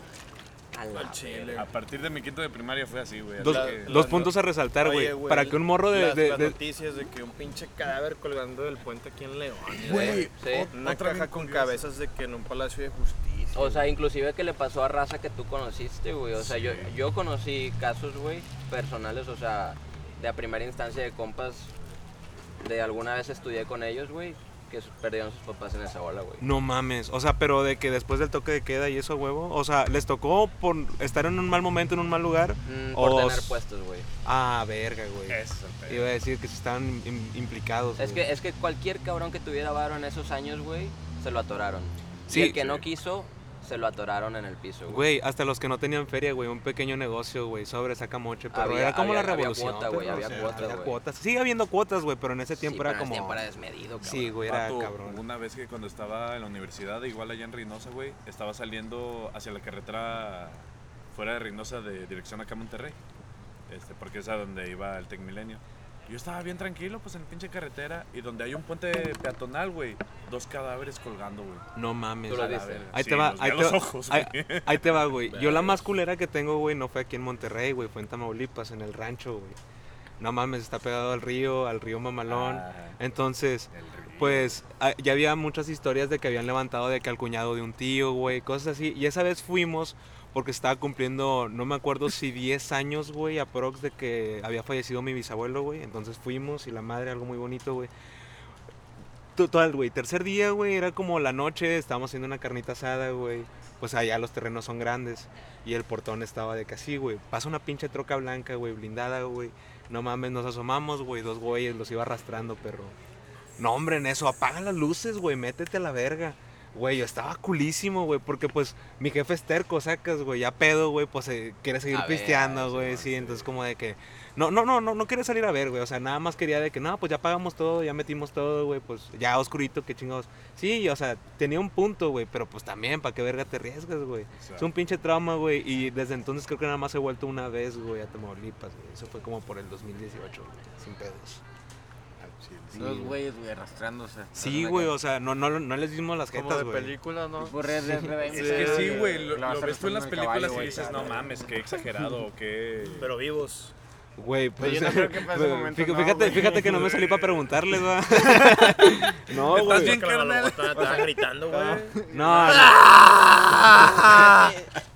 S5: A la verga.
S10: A partir de mi quinto de primaria fue así, güey.
S3: Dos,
S10: así
S2: La-
S10: que-
S3: dos
S2: la-
S3: puntos a resaltar,
S2: Oye,
S3: güey. Para que un morro de.
S2: las,
S3: de-
S2: las
S3: de-
S2: noticias de que un pinche cadáver colgando del puente aquí en León.
S10: Güey,
S5: Sí.
S2: Una
S10: otra
S2: caja
S10: bien
S2: con
S10: curiosa.
S2: cabezas de que en un palacio de justicia.
S5: O sea, inclusive que le pasó a raza que tú conociste, güey. O sea, yo, yo conocí casos, güey, personales, o sea, de a primera instancia de compas, de alguna vez estudié con ellos, güey, que sus- perdieron sus papás en esa ola, güey.
S3: no mames. O sea, pero de que después del toque de queda y eso, huevo. O sea, les tocó por estar en un mal momento, en un mal lugar.
S5: Mm, por
S3: o
S5: tener
S3: s-
S5: puestos, güey.
S3: Ah, verga, güey.
S10: Ese es el pedo.
S3: Iba a decir que se estaban im- implicados.
S5: Es
S3: güey.
S5: que, es que cualquier cabrón que tuviera varo en esos años, güey, se lo atoraron.
S3: Sí.
S5: y el que no quiso, se lo atoraron en el piso, güey.
S3: Güey, hasta los que no tenían feria, güey, un pequeño negocio, güey, sobre saca moche, pero
S5: Había-
S3: era como
S5: había-
S3: la
S5: había
S3: revolución.
S5: cuota, güey,
S3: perro,
S5: había
S3: o sea,
S5: cuota,
S3: había
S5: güey.
S3: cuotas. Sigue habiendo cuotas, güey, pero en ese tiempo
S5: Sí,
S3: era
S5: pero en ese
S3: como.
S5: tiempo era desmedido, cabrón.
S3: Sí, güey, era
S10: Vato,
S3: cabrón.
S10: Una vez que cuando estaba en la universidad, igual allá en Reynosa, güey, estaba saliendo hacia la carretera fuera de Reynosa de dirección acá a Monterrey. Este, porque es a donde iba el Tecmilenio. Yo estaba bien tranquilo, pues en la pinche carretera. Y donde hay un puente peatonal, güey, dos cadáveres colgando, güey.
S3: No mames.
S5: Tú
S10: A
S5: lo
S10: la
S5: viste.
S10: verga.
S3: Ahí
S10: Sí,
S3: te va,
S10: los vi
S3: ahí
S10: a
S3: te
S10: los
S3: va.
S10: ojos,
S3: ahí,
S10: güey.
S3: ahí te va, güey. Yo la más culera que tengo, güey, no fue aquí en Monterrey, güey, fue en Tamaulipas, en el rancho, güey. No mames, está pegado al río, al río Mamalón.
S10: Ah,
S3: Entonces,
S10: el río.
S3: pues ah, ya había muchas historias de que habían levantado de que al cuñado de un tío, güey, cosas así. Y esa vez fuimos porque estaba cumpliendo, no me acuerdo si 10 años, güey, aprox de que había fallecido mi bisabuelo, güey. Entonces fuimos y la madre, algo muy bonito, güey. Total, güey, tercer día, güey, era como la noche, estábamos haciendo una carnita asada, güey. Pues allá los terrenos son grandes y el portón estaba de que así, güey. Pasa una pinche troca blanca, güey, blindada, güey. No mames, nos asomamos, güey, dos güeyes los iba arrastrando, perro. No, hombre, en eso, apaga las luces, güey, métete a la verga. Güey, yo estaba culísimo, güey, porque pues mi jefe es terco, sacas, güey, ya pedo, güey, pues eh, quiere seguir
S5: A ver,
S3: pisteando,
S5: sí,
S3: güey,
S5: no,
S3: sí,
S5: sí.
S3: entonces como de que, no, no, no, no, no quería salir a ver, güey, o sea, nada más quería de que, no, pues ya pagamos todo, ya metimos todo, güey, pues ya oscurito, qué chingados. Sí, o sea, tenía un punto, güey, pero pues también, ¿para qué verga te arriesgas, güey?
S10: O sea,
S3: Es un pinche trauma, güey, y desde entonces creo que nada más he vuelto una vez, güey, a Tamaulipas, güey, eso fue como por el 2018, güey, sin pedos. Sí,
S4: Dos
S3: güey.
S4: güeyes, güey, arrastrándose.
S3: Sí, güey, o sea, no, no, no les dimos las
S7: Como
S3: jetas,
S7: de
S3: güey.
S7: película, ¿no?
S4: Tipo Red Dead
S10: Es
S4: Redemption.
S10: que sí, güey,
S4: que
S10: lo,
S4: vas
S10: lo ves tú en las
S4: arrastrando el
S10: películas
S4: caballo,
S10: y dices, no
S4: güey.
S10: mames, qué exagerado, qué...
S2: Pero vivos.
S3: Güey, pues,
S4: yo no creo que para ese
S3: güey,
S4: momento,
S3: fíjate,
S4: no,
S3: fíjate,
S4: güey.
S3: fíjate que no me salí para preguntarles, güey. no,
S10: ¿Estás
S3: güey.
S10: bien, carnal?
S2: Estaban gritando, güey.
S3: No,
S4: Ah,
S3: no.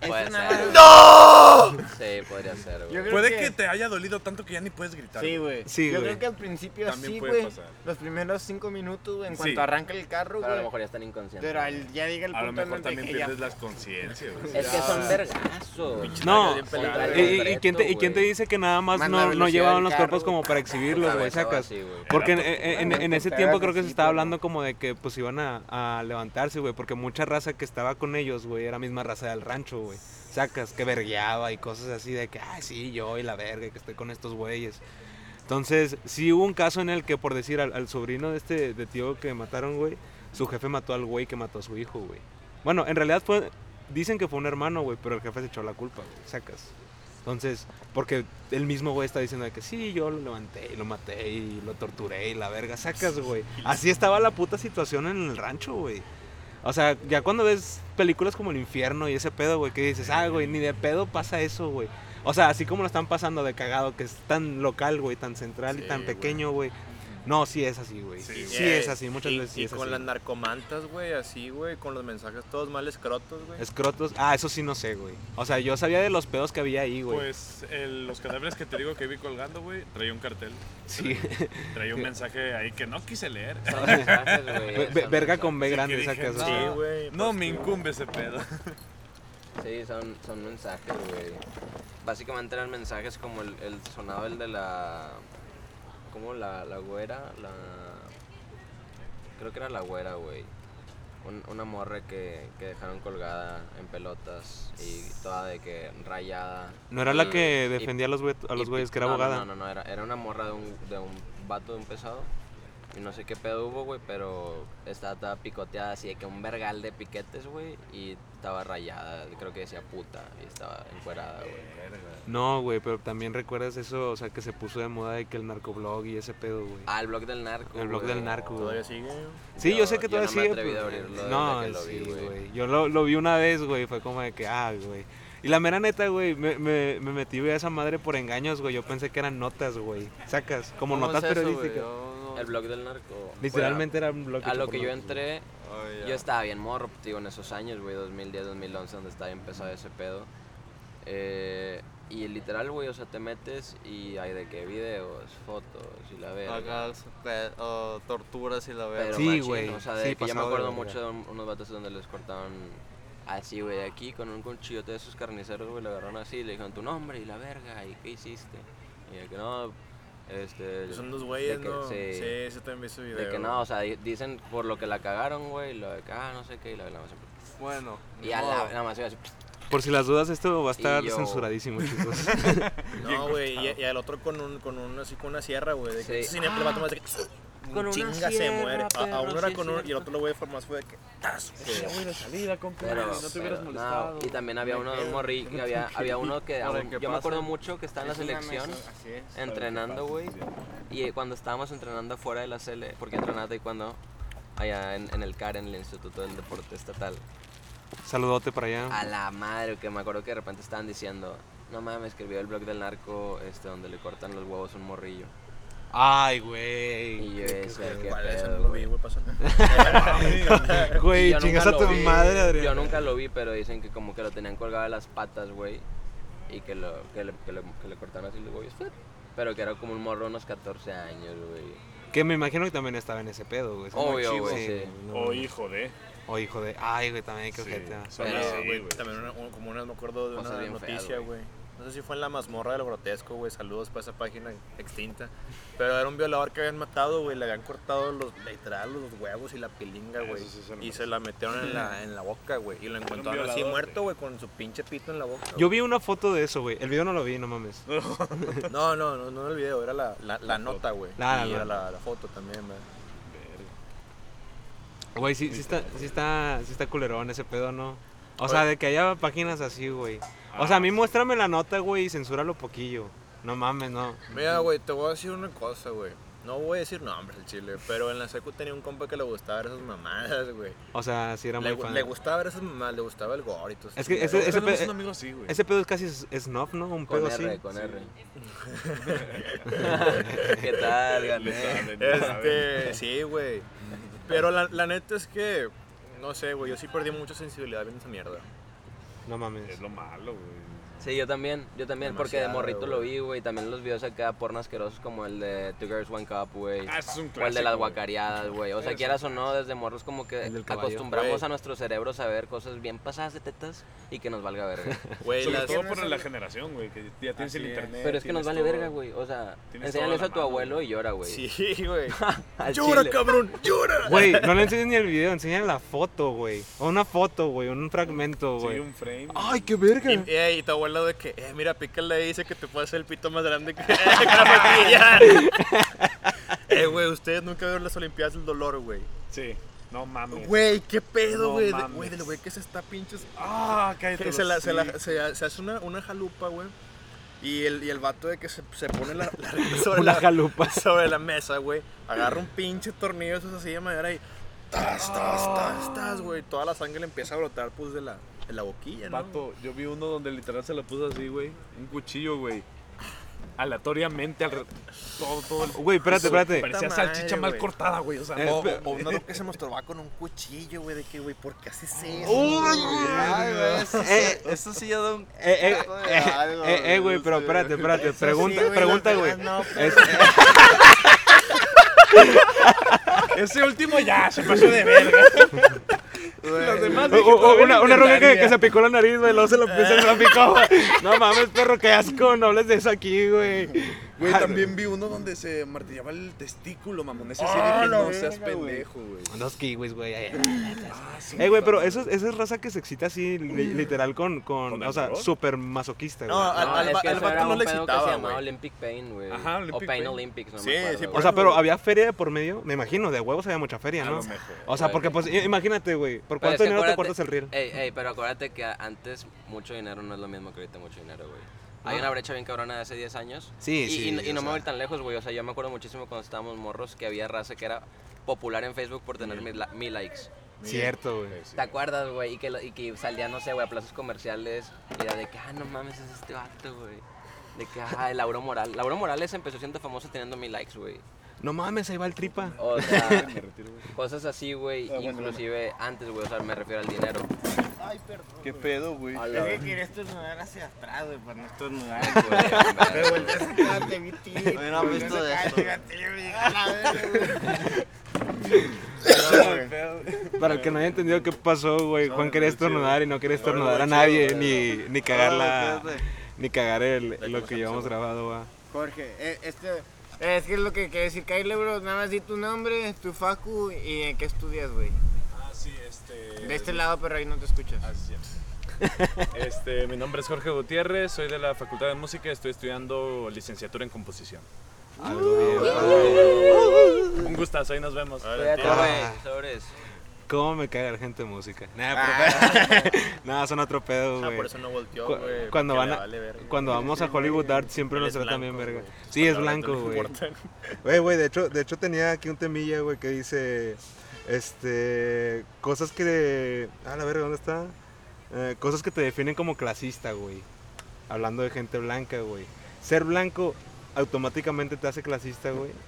S5: Puede ser. ¡No! Sí, podría ser, güey.
S4: Yo creo
S10: Puede que te haya dolido tanto que ya ni puedes gritar.
S4: Sí,
S10: güey.
S4: güey.
S3: Sí,
S4: Yo
S3: güey.
S4: creo que al principio
S10: También
S4: sí,
S10: puede
S4: güey.
S10: pasar.
S4: Los primeros cinco minutos, güey, en
S10: Sí.
S4: cuanto arranca el carro,
S5: Pero a lo
S4: güey.
S5: mejor ya están inconscientes.
S4: Pero al- ya llega el
S10: A lo
S4: punto en
S10: mejor
S4: el
S10: también
S4: que ya
S10: pierdes las conciencias, güey.
S5: Es que son vergazos.
S3: No.
S5: Son contra el
S3: ¿Y, y- y quién te,
S5: libreto,
S3: y quién te
S5: güey.
S3: dice que nada más
S4: Más la
S3: no, no
S4: velocidad
S3: llevaban
S4: del
S3: los
S4: carro,
S3: cuerpos como para exhibirlos, güey,
S5: Cabeza,
S3: sacas?
S5: sí, güey.
S3: Porque en,
S10: Era
S3: en- en- en ese
S4: tortura,
S3: tiempo creo que se
S4: sí,
S3: estaba
S4: pero-
S3: hablando como de que pues iban a, a levantarse, güey, porque mucha raza que estaba con ellos, güey, era misma raza del rancho, güey. Sacas, que vergueaba y cosas así de que, ah, sí, yo y la verga, que estoy con estos güeyes. Entonces, sí hubo un caso en el que, por decir, al, al sobrino de este de tío que mataron, güey, su jefe mató al güey que mató a su hijo, güey. Bueno, en realidad fue, dicen que fue un hermano, güey, pero el jefe se echó la culpa, güey, sacas. Entonces, porque el mismo güey está diciendo de que sí, yo lo levanté y lo maté y lo torturé y la verga, sacas, güey. Así estaba la puta situación en el rancho, güey. O sea, ya cuando ves películas como El Infierno y ese pedo, güey, que dices, ah, güey, ni de pedo pasa eso, güey. O sea, así como lo están pasando de cagado, que es tan local, güey, tan central y tan pequeño, güey. No, sí es así, güey. Sí,
S10: Sí,
S3: es así, muchas
S2: y,
S3: veces sí
S2: Y
S3: es
S2: con
S3: así.
S2: las narcomantas, güey, así, güey, con los mensajes todos mal escrotos, güey.
S3: Escrotos. Ah, eso sí no sé, güey. O sea, yo sabía de los pedos que había ahí, güey.
S10: Pues el- los cadáveres que te digo que vi colgando, güey, traía un cartel.
S3: sí.
S10: Traía un mensaje ahí que no quise leer.
S5: Son mensajes, güey,
S3: Ve- ve-
S5: son
S3: verga
S5: mensajes.
S3: con B grande
S10: que
S3: esa
S10: dije,
S3: casa.
S10: "No,
S2: Sí, güey,
S10: No
S2: pues,
S10: me
S2: sí.
S10: incumbe ese pedo.
S5: Sí, son, son mensajes, güey. Básicamente eran mensajes como el, el sonado, el de la. ¿Cómo? La, la güera. La. Creo que era la güera, güey. Un- una morra que, que dejaron colgada en pelotas y toda de que rayada.
S3: ¿No era
S5: Y-
S3: la que
S5: Mm, y-
S3: defendía a los güey- a los
S5: y-
S3: güeyes que era
S5: no, no,
S3: abogada?
S5: No, no, no, era, era una morra de un, de un vato de un pesado. Y no sé qué pedo hubo, güey, pero estaba toda picoteada así de que un vergal de piquetes, güey. Y estaba rayada, creo que decía puta. Y estaba encuerada, güey.
S3: No, güey, pero también recuerdas eso, o sea, que se puso de moda de que el narcoblog y ese pedo, güey.
S5: Ah, el blog del narco.
S3: El blog
S5: güey.
S3: del narco, güey.
S2: Todavía sigue, güey.
S3: Sí, yo,
S5: Yo-
S3: sé que
S5: yo
S3: todavía
S5: no me
S3: sigue.
S5: atreví a
S3: pero-
S5: abrirlo
S3: No,
S5: desde que lo
S3: sí,
S5: vi, güey.
S3: güey. Yo lo, lo vi una vez, güey. Fue como de que, ah, güey. Y la mera neta, güey, me, me, me metí güey, a esa madre por engaños, güey. Yo pensé que eran notas, güey. Sacas, como
S4: ¿Cómo
S3: notas
S4: es eso, güey?
S3: periodísticas.
S4: Yo no-
S5: El blog del narco.
S3: Literalmente eran
S5: Bueno,
S3: bloques.
S5: a lo
S3: por
S5: que yo
S3: notas, güey.
S5: entré,
S4: Oh, ya.
S5: Yo estaba bien morro, digo, en esos años, güey, 2010, 2011, donde estaba bien pesado ese pedo. Eh, y literal, güey, o sea, te metes y hay de qué videos, fotos y la verga.
S7: Acá, pe- o torturas y la
S5: Pero
S7: verga.
S3: Sí,
S5: machín,
S3: güey,
S5: O sea,
S3: sí,
S5: de que yo me
S3: pasado de
S5: acuerdo
S3: verga.
S5: mucho de un- unos vatos donde les cortaban así, güey, de aquí con un cuchillote de esos carniceros, güey, le agarraron así y le dijeron tu nombre y la verga, ¿y qué hiciste? Y de que no, este.
S2: Pues Son dos güeyes,
S5: de que-
S2: ¿no?
S5: sí.
S2: Sí, ese también vi su video.
S5: De que no, o sea, di- dicen por lo que la cagaron, güey, y lo de que, ah, no sé qué, y la verga, siempre.
S7: Bueno,
S5: Y a la, nada más iba así,
S3: Por si las dudas, esto va a
S5: Y
S3: estar
S5: yo-
S3: censuradísimo, chicos.
S2: No, güey, y, y al otro con un, con un, así con una sierra, güey. De que
S5: Sí.
S2: sí. le va a tomar de que
S5: Con una
S2: chinga se
S5: sierra,
S2: muere. A, a
S5: perro,
S2: uno
S5: sí
S2: era
S5: es
S2: con uno y el
S5: cierto.
S2: otro lo güey fue más fue de que tas.
S5: Sí,
S2: güey.
S5: Pero, pero, no, y también había uno de un morrillo, que había, había uno que, aún- yo me acuerdo mucho que estaba en la
S4: Es una
S5: selección
S4: mesa- Así es.
S5: entrenando, güey. Y eh, cuando estábamos entrenando afuera de la CL, porque entrenaba taekwondo allá en, en el CAR, en el Instituto del Deporte Estatal.
S3: Saludote para allá.
S5: A la madre, que me acuerdo que de repente estaban diciendo, no mames, escribió el blog del narco este, donde le cortan los huevos a un morrillo.
S3: Ay,
S5: Y
S3: güey.
S5: yo decía, qué
S2: Igual, eso no
S5: pedo,
S2: lo
S5: güey".
S2: vi, güey, pasó.
S5: Y
S3: Güey,
S5: yo
S3: chingas
S5: nunca
S3: a
S5: lo
S3: tu
S5: vi,
S3: madre, Adrián.
S5: Yo nunca lo vi, pero dicen que como que lo tenían colgado de las patas, güey. Y que, lo, que, le, que, le, que le cortaron así los huevos. ¡fuit! Pero que era como un morro de unos 14 años, güey.
S3: Que me imagino que también estaba en ese pedo, güey. Es como
S5: Obvio,
S3: chivo,
S5: güey, sí.
S3: no,
S10: O
S3: güey.
S10: Oh, hijo de.
S3: O hijo de. Ay, güey, también qué
S10: Sí,
S3: ojete.
S10: son
S5: Pero-
S10: así,
S2: güey,
S10: güey.
S2: también una- un- como una, me acuerdo de
S5: Cosas
S2: una
S5: bien feas,
S2: noticia,
S5: güey.
S2: güey. No sé si fue en la mazmorra de lo grotesco, güey. Saludos para esa página extinta. Pero era un violador que habían matado, güey. Le habían cortado los, literal los huevos y la pilinga, güey.
S10: Eso sí se lo
S2: y se la metieron en la, en la boca, güey. Y lo encontraron así
S10: violador,
S2: muerto, güey, con su pinche pito en la boca.
S3: Yo vi una foto de eso, güey. El video no lo vi, no mames.
S2: güey. No, no, no, no era el video, era la, la, la nota, güey.
S3: La-
S2: y
S3: la-
S2: era la, la foto también, güey.
S3: Güey, sí, sí está, sí, está, sí está culerón ese pedo, ¿no? O sea, de que haya páginas así, güey. O sea, a mí
S10: Ah,
S3: muéstrame la nota, güey, y censúralo poquillo. No mames, no.
S2: Mira, güey, te voy a decir una cosa, güey. No voy a decir nombres al chile, pero en la secu tenía un compa que le gustaba ver esas mamadas, güey.
S3: O sea, sí era muy
S2: Le,
S3: fan.
S2: le gustaba ver esas mamadas, le gustaba el gore y todo
S3: Es que
S2: eso.
S3: ese, ese
S10: Tenemos
S3: pe-
S10: un amigo así, güey.
S3: ese pedo es casi s- snuff, ¿no? Un
S5: Con
S3: pedo
S5: R,
S3: así.
S5: con R. ¿Qué tal,
S10: Le
S5: gané?
S10: saben, le saben.
S2: Este, sí, güey. Pero la, la neta es que, no sé, güey, yo sí perdí mucha sensibilidad viendo esa mierda.
S3: No mames.
S10: Es lo malo, güey.
S5: Sí, yo también, yo también, porque de
S2: Demasiado,
S5: morrito lo
S2: güey.
S5: vi, güey. También los videos acá porno asquerosos como el de Two Girls One Cup, güey.
S10: Ah, ese es un
S5: O el de las
S10: clásico, güey.
S5: guacareadas, güey. O sea, quieras o no, desde morros como que
S3: El del caballo.
S5: acostumbramos
S2: Güey.
S5: a nuestros cerebros a ver cosas bien pasadas de tetas y que nos valga verga.
S2: Güey,
S10: Sobre
S2: las-
S10: todo por la generación, güey, que ya tienes el internet.
S5: Pero es que nos
S10: tienes
S5: vale
S10: todo.
S5: verga, güey. O sea,
S10: Tienes
S5: enséñale eso a
S10: toda la
S5: tu
S10: mano,
S5: abuelo
S10: güey.
S5: y llora, güey.
S2: Sí, güey.
S5: Al
S2: ¡Llora,
S5: chile.
S2: cabrón! ¡Llora!
S3: Güey, no le enseñes ni el video, enséñale la foto, güey. O una foto, güey, un fragmento,
S10: Sí,
S3: güey.
S10: un frame.
S3: Ay, qué verga.
S2: Y, eh, y tu abuelo de que, eh, mira, pícale ahí, dice que te puede hacer el pito más grande que, que la patilla. eh, güey, ustedes nunca vieron las Olimpiadas del Dolor, güey.
S10: Sí. No mames.
S2: Güey, qué pedo,
S10: No
S2: güey. de-
S10: mames.
S2: Güey, del güey que se está pinches.
S10: Ah, cállate.
S2: que
S10: los
S2: se, la, se, la-
S10: hocicos.
S2: se- se hace una, una jalupa, güey. Y el, y el vato de que se, se pone la, la regla sobre,
S3: Una
S2: la,
S3: jalupa.
S2: sobre la mesa, güey. Agarra un pinche tornillo, eso así de madera y. ¡Tas,
S3: Ah.
S2: tas, tas, tas, güey! Toda la sangre le empieza a brotar, pues, de la, de la boquilla, ¿no?
S10: Pato, yo vi uno donde literal se la puso así, güey. Un cuchillo, güey. aleatoriamente al re- todo, todo el-
S3: Güey, espérate, espérate.
S10: Parecía
S4: Puta
S10: salchicha
S4: madre,
S10: mal
S4: güey.
S10: cortada, güey. O sea,
S3: Eh,
S4: O,
S3: pe-
S4: o uno lo que se masturba con un cuchillo, güey, de que, güey, ¿por qué haces eso?
S7: Ay, güey, eso,
S3: Eh,
S7: sí- eso sí ya da un.
S3: Eh, eh,
S7: cago de
S3: eh,
S7: algo,
S3: eh, eh, güey, pero
S7: sí.
S3: espérate, espérate.
S4: Eso sí,
S3: Pregunta,
S4: güey,
S3: pregunta,
S4: las
S3: güey.
S4: demás no,
S3: Es-
S10: ese último ya se pasó de verga. Los demás
S3: o-
S10: dije,
S3: o-
S10: todavía
S3: una
S10: lo
S3: una roca que,
S10: intentaría.
S3: que se picó la nariz, güey, luego se lo se
S7: Eh.
S3: la picó, güey. No mames, perro, qué asco, no hables de eso aquí, güey.
S11: Güey, también vi uno donde se martillaba el testículo, mamón. Ese sí
S2: Ah,
S11: dije, no seas pendejo, güey.
S3: Unos kiwis, güey. ay, ay, ay, ay. Eh, güey, pero eso, esa es raza que se excita así, li- literal, con, con,
S10: Mm. ¿Con el
S3: o sea,
S10: rock?
S3: súper masoquista, güey.
S11: No, al,
S5: No,
S11: al,
S5: es que
S11: al
S5: eso
S11: vato
S5: era
S11: no
S5: un
S11: le
S5: pedo que
S11: excitaba,
S5: se llamaba
S11: güey.
S5: Olympic Pain, güey.
S10: Ajá, Olympic
S5: o Pain
S10: Pain.
S5: Olympics, no
S11: Sí,
S5: me acuerdo,
S11: sí,
S5: güey.
S11: por
S3: o sea, pero había feria de por medio, me imagino, de huevos había mucha feria,
S10: A
S3: ¿no?
S10: lo mejor.
S3: O sea, porque pues, i- imagínate, güey, ¿por
S5: Pero
S3: cuánto
S5: es que
S3: dinero te
S5: acuérdate-
S3: cortas
S5: eh,
S3: el riel?
S5: Ey, ey, pero acuérdate que a- antes mucho dinero no es lo mismo que ahorita mucho dinero, güey. Hay
S3: Ah.
S5: una brecha bien cabrona de hace 10 años.
S3: Sí,
S5: y,
S3: sí,
S5: y no- Y,
S3: o
S5: no me
S3: sea.
S5: voy tan lejos, güey. O sea, yo me acuerdo muchísimo cuando estábamos morros que había raza que era popular en Facebook por tener mil, la- mil likes.
S3: Cierto, güey.
S5: ¿Te acuerdas, güey? Y que, lo- y que salía, no sé, güey, a plazas comerciales y era de que, ah, no mames, es este vato, güey. De que, ah, Lauro Morales. Lauro Morales empezó siendo famoso teniendo mil likes, güey.
S3: No mames, ahí va el tripa.
S5: O sea, cosas así, güey.
S3: Ah,
S5: inclusive antes, güey, o sea, me refiero al dinero.
S7: ¿Qué pedo, güey?
S4: Es que querías tornudar hacia atrás, güey, para no estornudar.
S5: Güey,
S4: Me volteas a cara, te vi tiro.
S7: Yo no he visto de esto.
S3: Para el que no haya entendido qué pasó, güey, Juan quería estornudar y no quería estornudar a nadie, ni, ni cagar la, ni cagar el, lo que llevamos grabado, va.
S4: Jorge, eh, este... eh, Es que es lo que quiere decir Kyle, bro. Nada más di tu nombre, tu facu y en qué estudias, güey.
S10: Ah, sí, este.
S4: De este lado, pero ahí no te escuchas.
S2: Ah,
S10: Así es. Este, mi nombre es Jorge Gutiérrez, soy de la Facultad de Música y estoy estudiando licenciatura en composición. Un gustazo, ahí nos vemos.
S5: sobres.
S3: ¿Cómo me caga la gente de música? Nada, pero... Nada, son otro pedo, güey.
S2: Ah, por eso no volteó,
S3: Cu-
S2: güey.
S3: cuando
S2: porque
S3: van a-
S2: le vale verga.
S3: Cuando vamos a Hollywood Art siempre
S2: Él
S3: nos
S2: es
S3: tratan bien
S2: blanco,
S3: verga.
S2: güey. Tus
S3: Sí, es
S2: palabras no
S3: blanco,
S2: le
S3: güey.
S2: importan.
S3: Güey, güey, de hecho, de hecho tenía aquí un temilla, güey, que dice este cosas que ah, la verga, ¿dónde está? Eh, cosas que te definen como clasista, güey. Hablando de gente blanca, güey. Ser blanco automáticamente te hace clasista, güey.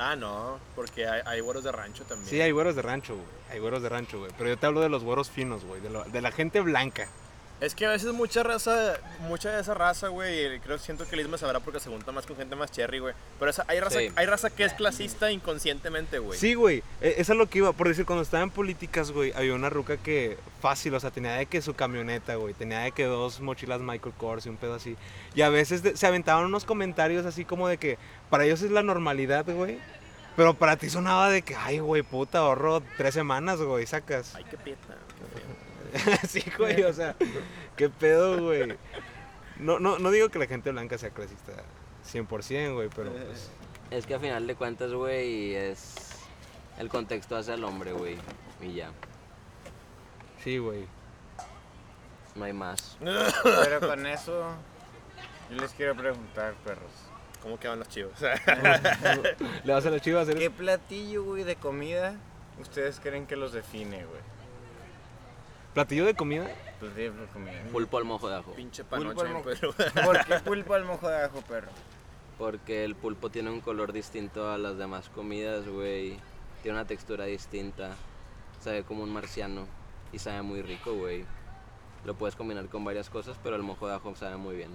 S2: Ah, no, porque hay, hay güeros de rancho también.
S3: Sí, hay güeros de rancho, güey. Hay güeros de rancho, güey. Pero yo te hablo de los güeros finos, güey. De, lo- de la gente blanca.
S2: Es que a veces mucha raza, mucha de esa raza, güey, y creo siento que el Isma sabrá porque se junta más con gente más cherry, güey. Pero esa- hay, raza,
S5: Sí.
S2: hay raza que es clasista inconscientemente, güey.
S3: Sí, güey. e- Eso es lo que iba. Por decir, cuando estaba en políticas, güey, había una ruca que fácil, o sea, tenía de que su camioneta, güey. Tenía de que dos mochilas Michael Kors y un pedo así. Y a veces de- se aventaban unos comentarios así como de que para ellos es la normalidad, güey. Pero para ti sonaba de que, ay, güey, puta, ahorro tres semanas, güey, sacas.
S2: Ay, qué pieta. qué feo.
S3: sí, güey, o sea, qué pedo, güey. No, no, no digo que la gente blanca sea clasista 100%, güey, pero pues,
S5: Es que a final de cuentas, güey, es. El contexto hace al hombre, güey. Y ya.
S3: sí, güey.
S5: No hay más.
S4: Pero con eso, yo les quiero preguntar, perros.
S2: ¿Cómo quedan los chivos?
S3: Le vas a la chiva a hacer
S4: ¿Qué platillo, güey, de comida ustedes creen que los define, güey?
S3: platillo de comida.
S4: Platillo de comida.
S5: Pulpo al mojo de ajo.
S2: Pinche
S4: Pulpo
S2: panoche,
S4: al mo-
S2: pero...
S4: ¿Por qué pulpo al mojo de ajo, perro?
S5: Porque el pulpo tiene un color distinto a las demás comidas, güey. Tiene una textura distinta. Sabe como un marciano. Y sabe muy rico, güey. Lo puedes combinar con varias cosas, pero el mojo de ajo sabe muy bien.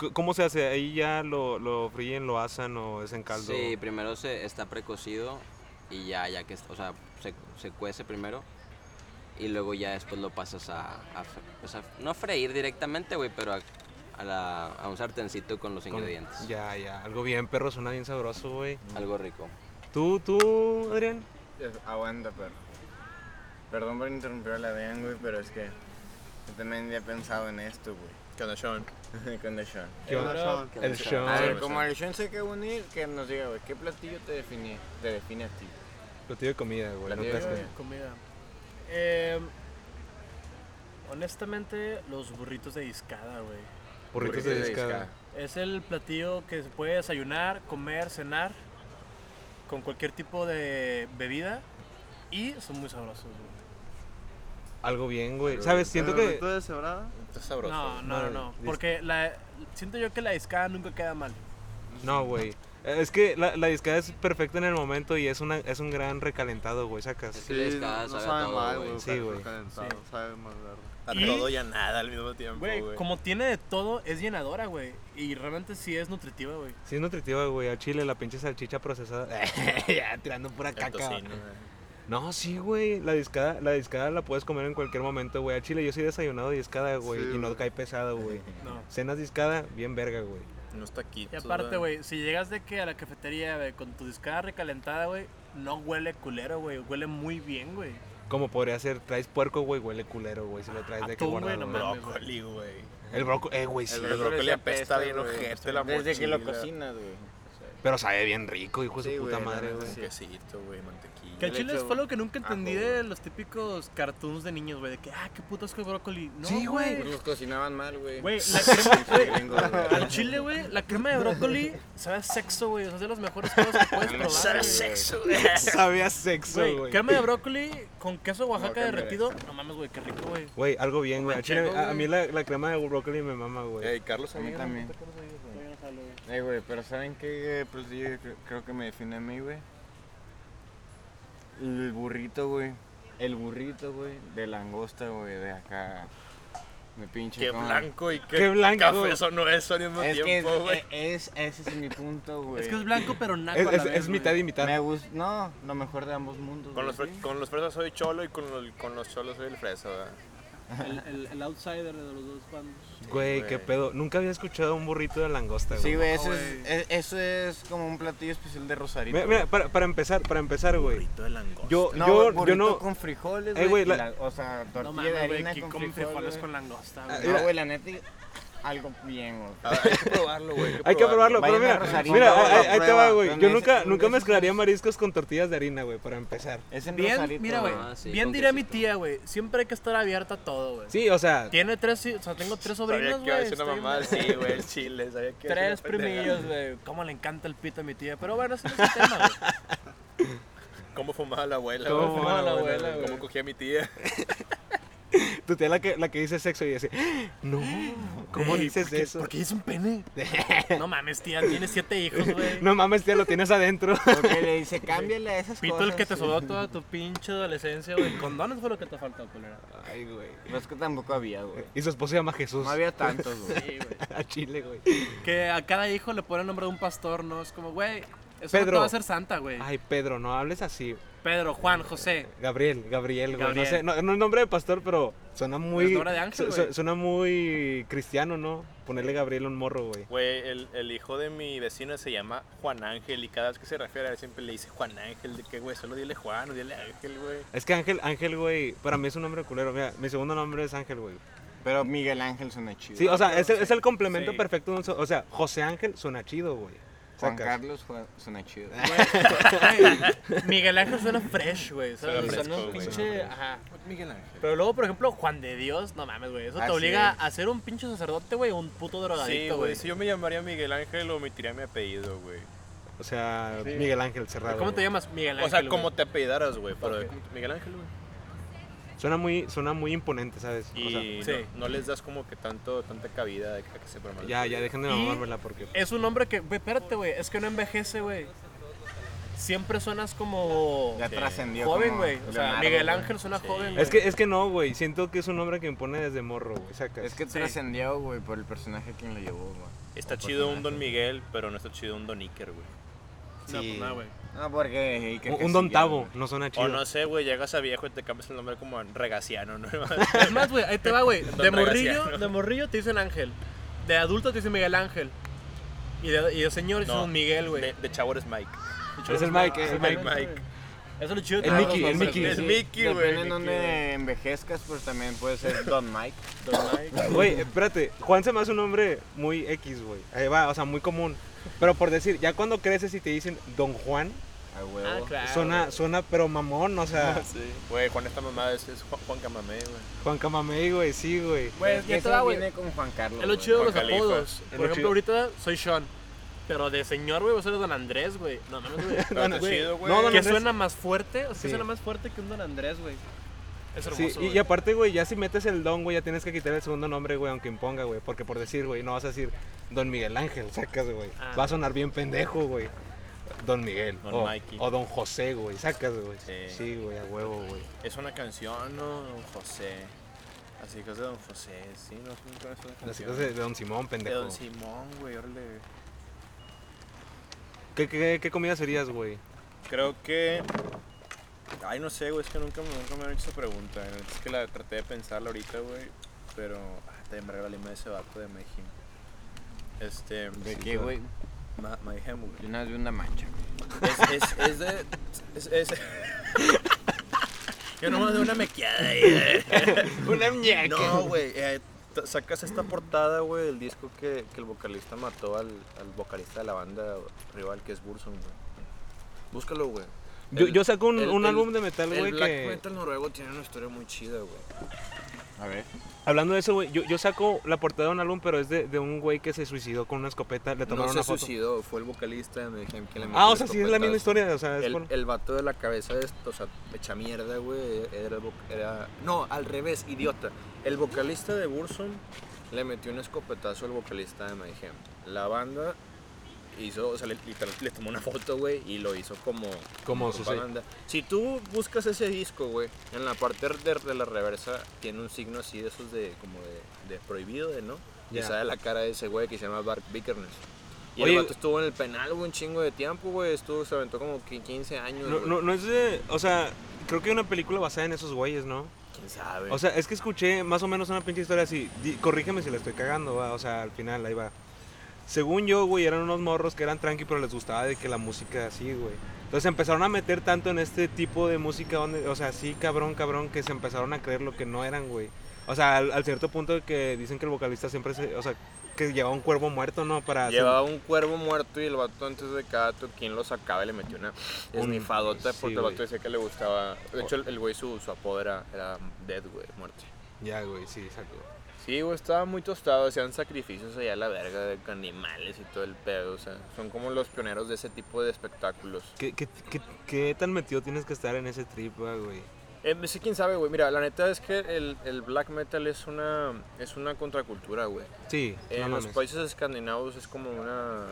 S3: C- ¿Cómo se hace? ¿Ahí ya lo, lo fríen, lo asan o es en caldo?
S5: Sí, primero se está precocido y ya, ya que, est- o sea, se, se cuece primero y luego ya después lo pasas a, a fre- pues a- no freír directamente, güey, pero a, a la- a un sartencito con los
S3: Con-
S5: ingredientes.
S3: Ya, ya. Algo bien, perro, suena bien sabroso, güey.
S5: Algo rico.
S3: ¿Tú, tú, Adrián?
S4: Eh, Aguanta, perro. Perdón por interrumpir a la vean, güey, pero es que yo también había pensado en esto, güey.
S2: ¿Qué onda, Sean?
S4: Con The Sean.
S3: ¿Qué onda? El show.
S5: Ah,
S4: A ver,
S2: sí.
S4: como el Sean se queda unir, que nos diga, güey, ¿qué platillo te define, te define a ti?
S3: Platillo de comida, güey. No creas que...
S12: Comida. Eh, honestamente, los burritos de discada, güey.
S3: Burritos de discada.
S12: Es el platillo que se puede desayunar, comer, cenar con cualquier tipo de bebida y son muy sabrosos, güey.
S3: Algo bien, güey. ¿Sabes? Siento que...
S7: ¿Tú deshebrada?
S2: Está sabroso.
S12: No, no, no, no,
S3: dis-
S12: porque la, siento yo que la discada nunca queda mal.
S3: No, güey. Es que la, la discada es perfecta en el momento y es, una, es un gran recalentado, güey, sacas.
S5: Sí, no, no sabe mal, güey.
S3: Sí, güey.
S5: Calentado, sabe mal, verde.
S4: A
S2: Y-
S4: todo y a nada al mismo tiempo,
S2: Güey,
S4: güey.
S2: como tiene de todo, es llenadora, güey. Y realmente sí es nutritiva, güey.
S3: Sí es nutritiva, güey. Al chile, la pinche salchicha procesada. ya, tirando pura
S2: El
S3: caca.
S2: tocino, güey.
S3: no, sí, güey. La discada, la discada la puedes comer en cualquier momento, güey. Al chile, yo soy desayunado discada, güey.
S2: Sí,
S3: y no
S2: güey.
S3: cae pesado, güey.
S2: No.
S3: Cenas discada, bien verga, güey.
S4: No está aquí.
S2: Y aparte, güey, si llegas de que a la cafetería, güey, con tu discada recalentada, güey, no huele culero, güey. Huele muy bien, güey.
S3: Como podría ser, traes puerco, güey, huele culero, güey. Si lo traes Pues de que
S2: Atún, güey,
S3: guardado,
S2: no
S3: güey.
S2: mames,
S4: Brócoli, güey.
S3: El brócoli, eh, güey,
S4: El
S3: sí.
S4: brócoli apesta bien
S10: güey.
S4: ojete la mochila.
S10: Desde que lo
S4: cocinas, güey.
S3: Pero sabe bien rico, hijo de
S4: Sí,
S3: su puta
S4: güey, la
S3: madre,
S4: neta,
S3: güey.
S4: sí. Quesito, güey, mantequilla.
S2: Que al chile fue lo que nunca
S4: Ajo,
S2: entendí de los típicos cartoons de niños, güey. De que, ah, qué puto asco de brócoli. No,
S4: Sí, güey.
S2: güey.
S4: Los cocinaban mal, güey.
S2: Güey, la crema,
S4: Sí,
S2: güey,
S4: gringos, güey.
S2: Al chile, güey, la crema de brócoli sabe a sexo, güey. O sea, es de las mejores cosas que puedes probar.
S4: Sabe a
S2: güey.
S4: sexo, güey.
S3: Sabe a sexo, güey.
S2: Crema de brócoli con queso
S4: No,
S2: Oaxaca
S4: cámbiale.
S2: derretido. No mames, güey, qué rico, güey.
S3: Güey, algo bien, güey. Al chile,
S2: manchego,
S3: A, a mí la, la crema de brócoli me mama, güey.
S4: Ey, Carlos
S3: A mí
S4: Aguirre,
S3: también.
S4: puta Carlos Aguirre. Eh, güey, pero ¿saben qué? eh, Pues yo cre- creo que me define a mí, güey. El burrito, güey. El burrito, güey. De langosta, güey, de acá. Me pinche.
S10: Qué
S4: cómo-
S10: blanco y qué Qué blanco. café sonó eso al mismo
S4: Es que
S10: tiempo,
S4: es-
S10: güey.
S4: e- Es, ese es mi punto, güey.
S10: que es blanco, pero naco
S3: Es- a la es- vez, es güey. mitad y mitad.
S4: Me gusta. No, lo mejor de ambos mundos.
S10: Con
S4: güey,
S10: los, fre-
S4: sí.
S10: con los fresas soy cholo y con los, con los cholos soy el fresa, ¿verdad?
S7: El, el, el outsider de los dos bandos.
S3: Güey, qué pedo. Nunca había escuchado un burrito de langosta, güey.
S4: Sí, güey, eso, es, e- eso es como un platillo especial de Rosarito.
S3: Mira, mira, para, para empezar, para empezar, güey. Burrito
S4: de langosta.
S3: Yo,
S4: No,
S3: yo,
S4: burrito
S3: yo no.
S4: con frijoles,
S3: Eh,
S4: güey,
S3: güey,
S4: y
S3: la-
S4: la- o sea, tortilla
S2: No mames,
S4: de
S2: güey,
S4: harina
S2: que
S4: con
S2: comen
S4: frijoles,
S2: frijoles
S4: güey.
S2: con langosta,
S4: Ah,
S2: güey.
S4: No, güey, la neta, algo bien, güey.
S2: Ah.
S10: Hay que probarlo, güey.
S3: Hay que probarlo, pero
S4: Vayan a
S3: mira,
S4: Rosarito,
S3: mira,
S4: güey,
S3: ahí,
S4: lo
S3: ahí te va,
S4: prueban.
S3: güey.
S4: Pero
S3: Yo
S4: no es-
S3: nunca,
S4: no
S3: nunca
S4: es-
S3: mezclaría mariscos con tortillas de harina, güey, para empezar.
S4: Es en
S2: Bien, mira, güey.
S10: Ah,
S2: bien dirá mi tía, güey. Siempre hay que estar abierta a todo, güey.
S3: Sí, o sea.
S2: Tiene tres, o sea, tengo tres sobrinos,
S10: Sabía que iba a
S2: güey.
S10: decir una
S2: estoy-
S10: mamá, sí, güey, el chile, sabía que iba a
S2: Tres
S10: decir una pendejada.
S2: primillos, güey. Cómo le encanta el pito a mi tía. Pero bueno, ese no es el tema, güey.
S10: ¿Cómo fumaba la abuela?
S3: ¿Cómo
S10: güey?
S3: fumaba la abuela, güey?
S10: ¿Cómo cogía mi tía?
S3: Tu tía la que, la que dice sexo y dice, no, ¿cómo
S2: Güey,
S3: dices
S2: ¿por qué-
S3: eso?
S2: ¿Por qué es un pene? No mames, tía, tienes siete hijos, güey.
S3: No mames, tía, lo tienes adentro.
S4: Porque le dice, cámbiale a esas
S2: Pito
S4: cosas.
S2: el que te
S4: sí.
S2: sobró toda tu pinche adolescencia, güey. Condones fue lo que te faltó, culera.
S3: Ay, güey.
S4: No es que tampoco había, güey.
S3: Y su esposo se llama Jesús.
S4: No había tantos, güey.
S2: Sí, güey.
S3: A Chile, güey.
S2: Que a cada hijo le pone el nombre de un pastor, ¿no? Es como, güey, eso no te
S3: Pedro.
S2: va a ser santa, güey.
S3: Ay, Pedro, no hables así.
S2: Pedro, Juan, José.
S3: Gabriel, Gabriel, güey. No
S2: Gabriel.
S3: sé, no, no es nombre de pastor, pero suena muy.
S2: es nombre de ángel,
S3: su-
S2: güey.
S3: su- Suena muy cristiano, ¿no? Ponerle Gabriel a un morro, güey.
S10: Güey, el, el hijo de mi vecino se llama Juan Ángel y cada vez que se refiere a él siempre le dice Juan Ángel, de que, güey, solo dile Juan o dile Ángel, güey.
S3: Es que Ángel, Ángel, güey, para mí es un nombre culero. Mira, mi segundo nombre es Ángel, güey.
S4: Pero Miguel Ángel suena chido.
S3: Sí, o sea, es el, es el complemento
S4: Sí.
S3: perfecto. de un so- O sea, José Ángel suena chido, güey.
S4: Juan
S3: Sacas.
S4: Carlos Juan- suena chido.
S2: Güey, Miguel Ángel suena fresh, güey. ¿sabes? Suena,
S4: Suena fresco,
S2: un
S4: güey.
S2: pinche. Ajá. Miguel Ángel. Pero luego, por ejemplo, Juan de Dios, no mames, güey. Eso
S10: Así
S2: te obliga
S10: es.
S2: a ser un pinche sacerdote, güey, o un puto
S10: Sí,
S2: drogadicto,
S10: güey,
S2: güey.
S10: si yo me llamaría Miguel Ángel omitiría mi apellido, güey.
S3: O sea,
S10: Sí.
S3: Miguel Ángel cerrado.
S2: ¿Cómo te
S3: güey.
S2: llamas? Miguel
S10: O sea,
S2: Ángel,
S10: como
S2: güey.
S10: te apellidaras, güey, pero ¿cómo te- Miguel Ángel, güey.
S3: Suena muy, suena muy imponente, ¿sabes? O sea,
S10: Y no- no, les das como que tanto, tanta cabida de que, a que se permanezca.
S3: Ya, ya, dejen de
S2: Y-
S3: mamármela porque.
S2: Es un hombre que. Güey, espérate, güey. Es que no envejece, güey. Siempre suenas como.
S4: Ya trascendió
S2: Joven,
S4: como
S2: güey. O sea,
S4: Leonardo,
S2: Miguel
S4: güey.
S2: Ángel suena
S4: Sí.
S2: joven, güey.
S3: Es que, es que no, güey. Siento que es un nombre que me pone desde morro, güey. Sacas.
S4: Es que trascendió, güey, por el personaje que lo llevó, güey.
S10: Está
S4: O
S10: chido un
S4: personaje.
S10: Don Miguel, pero no está chido un Don Iker, güey.
S2: No, pues nada, güey.
S4: No, porque... hey, que-
S3: Un-
S4: que
S3: un Don
S4: siguió,
S3: Tavo,
S4: güey.
S3: no suena
S10: O
S3: chido.
S10: no sé, güey, llegas a viejo y te cambias el nombre como a Regaciano, ¿no?
S2: Es más, güey, ahí te va, güey.
S10: Don
S2: De morrillo,
S10: Regaciano.
S2: de morrillo te dicen Ángel. De adulto te dicen Miguel Ángel. Y de, y de señor dicen
S10: No,
S2: Don Miguel, güey.
S10: De, de chavo eres Mike.
S3: Es el Mike, es el Mike.
S2: Eso es lo chido. de
S3: El Mickey,
S2: los nombres,
S3: el Mickey.
S2: güey.
S3: Es
S4: Sí,
S3: Mickey, güey,
S4: Depende
S3: Mickey,
S4: en dónde envejezcas, pero también puede ser Don Mike.
S3: Güey, espérate. Juan se me hace un nombre muy X, güey. Ahí va, o sea, muy común. Pero por decir, ya cuando creces y te dicen Don Juan,
S4: A huevo.
S10: Ah, claro.
S3: suena, suena, pero mamón, o sea.
S10: Sí. Güey, Juan esta mamada es, es Juan, Juan Camamé, güey.
S3: Juan Camamey, güey, sí, güey.
S2: Güey, ya te va, güey.
S4: viene con Juan Carlos.
S2: Es lo chido de los
S10: Juan Califa.
S2: apodos.
S10: Es
S2: Por
S10: lo
S2: ejemplo,
S10: chido.
S2: ahorita soy Sean. Pero de señor, güey, vos eres Don Andrés, güey. No, no, no, güey.
S10: Pero está
S2: Güey,
S10: chido, güey.
S2: ¿Qué
S10: Andrés-
S2: suena más fuerte? O sea, ¿qué
S10: Sí.
S2: suena más fuerte que un Don Andrés, güey.
S12: Es
S3: Sí,
S12: hermoso.
S3: y, y aparte, güey, ya si metes el don, güey, ya tienes que quitar el segundo nombre, güey, aunque imponga, güey. Porque por decir, güey, no vas a decir Don Miguel Ángel, sacas, güey.
S12: Ah.
S3: Va a sonar bien pendejo, güey. Don Miguel.
S2: Don
S3: o,
S2: Mikey.
S3: o Don José, güey, sacas, güey. Sí, güey, a huevo, güey.
S2: Es una canción, ¿no? Don José. Las hijas de Don José, sí, no nunca es una canción.
S3: Las hijas de- de Don Simón, pendejo.
S2: De Don Simón, güey, órale.
S3: ¿Qué, qué, qué comida serías, güey?
S2: Creo que. Ay, no sé, güey, es que nunca, me- nunca me han hecho esa pregunta. Es que la traté de pensarla ahorita, güey. Pero. Ah, te embargo la lima de ese vato de México. Este.
S4: ¿De qué, güey?
S2: Ma- Mayhem, güey.
S4: Yo una vez vi una mancha.
S2: Es, es, es de. Es, es... Yo nomás de una mequeada ahí. eh.
S3: una muñeca.
S2: No, güey. eh, t- sacas esta portada, güey, del disco que, que el vocalista mató al, al vocalista de la banda rival, que es Burson, güey. Búscalo, güey.
S3: Yo-
S2: El-
S3: yo saco un-
S2: el-
S3: un
S2: el-
S3: álbum de metal, güey,
S2: El black
S3: que-
S2: metal noruego tiene una historia muy chida, güey. A ver.
S3: Hablando de eso, güey, yo, yo saco la portada de un álbum, pero es de, de un güey que se suicidó con una escopeta. Le tomaron
S2: No se
S3: una foto.
S2: suicidó, fue el vocalista de Mayhem que le
S3: Ah,
S2: metió
S3: o
S2: el
S3: sea, sí es la misma
S2: escopetazo.
S3: historia, o sea, es
S2: el,
S3: por-
S2: el vato de la cabeza, es, o sea, hecha mierda, güey, era, el vo- era- No, al revés, idiota. El vocalista de Burson le metió un escopetazo al vocalista de Mayhem. La banda hizo, o sea, le, literal, le tomó una foto, güey, y lo hizo como...
S3: Como sucede.
S2: propaganda. Si tú buscas ese disco, güey, en la parte de, de la reversa tiene un signo así de esos de, como de, de prohibido, de, ¿no? Y
S3: Ya.
S2: sale la cara de ese güey que se llama Bart Vickerness. Y
S3: Oye,
S2: el vato estuvo en el penal, güey, un chingo de tiempo, güey. Estuvo, se aventó como que 15 años,
S3: No,
S2: güey.
S3: no, no es de. O sea, creo que hay una película basada en esos güeyes, ¿no?
S2: ¿Quién sabe?
S3: O sea, es que escuché más o menos una pinche historia así. Di- corrígeme si la estoy cagando, va, O sea, al final, ahí va. Según yo, güey, eran unos morros que eran tranqui, pero les gustaba de que la música así, güey. Entonces empezaron a meter tanto en este tipo de música, donde, o sea, sí, cabrón, cabrón, que se empezaron a creer lo que no eran, güey. O sea, al, al cierto punto de que dicen que el vocalista siempre se. O sea, que llevaba un cuervo muerto, ¿no? Para.
S2: Llevaba un cuervo muerto y el vato antes de cada toquín lo sacaba y le metió una
S3: Un-
S2: esnifadota
S3: sí,
S2: porque el
S3: güey.
S2: vato decía que le gustaba. De hecho, el el güey su, su apodo era, era Dead, güey, muerte.
S3: Ya, güey, sí, exacto.
S2: Sí, güey, estaba muy tostado, hacían sacrificios allá a la verga de animales y todo el pedo, o sea, son como los pioneros de ese tipo de espectáculos.
S3: ¿Qué, qué, qué- qué tan metido tienes que estar en ese trip, va, güey?
S2: Eh, no sé quién sabe, güey. Mira, la neta es que el, el black metal es una, es una contracultura, güey.
S3: Sí,
S2: En
S3: no
S2: Eh, los
S3: mames.
S2: países escandinavos es como una.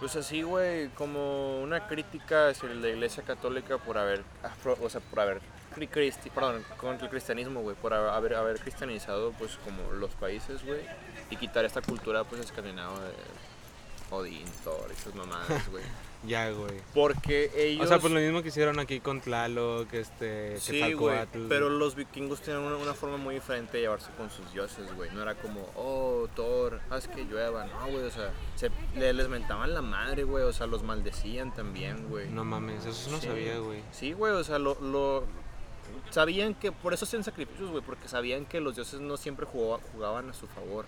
S2: Pues así, güey, como una crítica hacia la iglesia católica por haber. afro- o sea, por haber. cri- cristi- perdón, contra el cristianismo, güey, por haber, haber cristianizado, pues, como los países, güey, y quitar esta cultura, pues, escandinava de Odín, Thor, esas mamadas, güey.
S3: Ya, güey.
S2: Porque ellos.
S3: O sea, pues lo mismo que hicieron aquí con Tlaloc, este,
S2: Sí, güey,
S3: Quetzalcóatl.
S2: pero los vikingos tenían una, una forma muy diferente de llevarse con sus dioses, güey. No era como, oh, Thor, haz que llueva. No, güey, o sea, se- le- les mentaban la madre, güey. O sea, los maldecían también, güey.
S3: No mames, eso no sabía, güey.
S2: Sí, güey, o sea, lo, lo- Sabían que... Por eso hacían sacrificios, güey, porque sabían que los dioses no siempre jugaba- jugaban a su favor.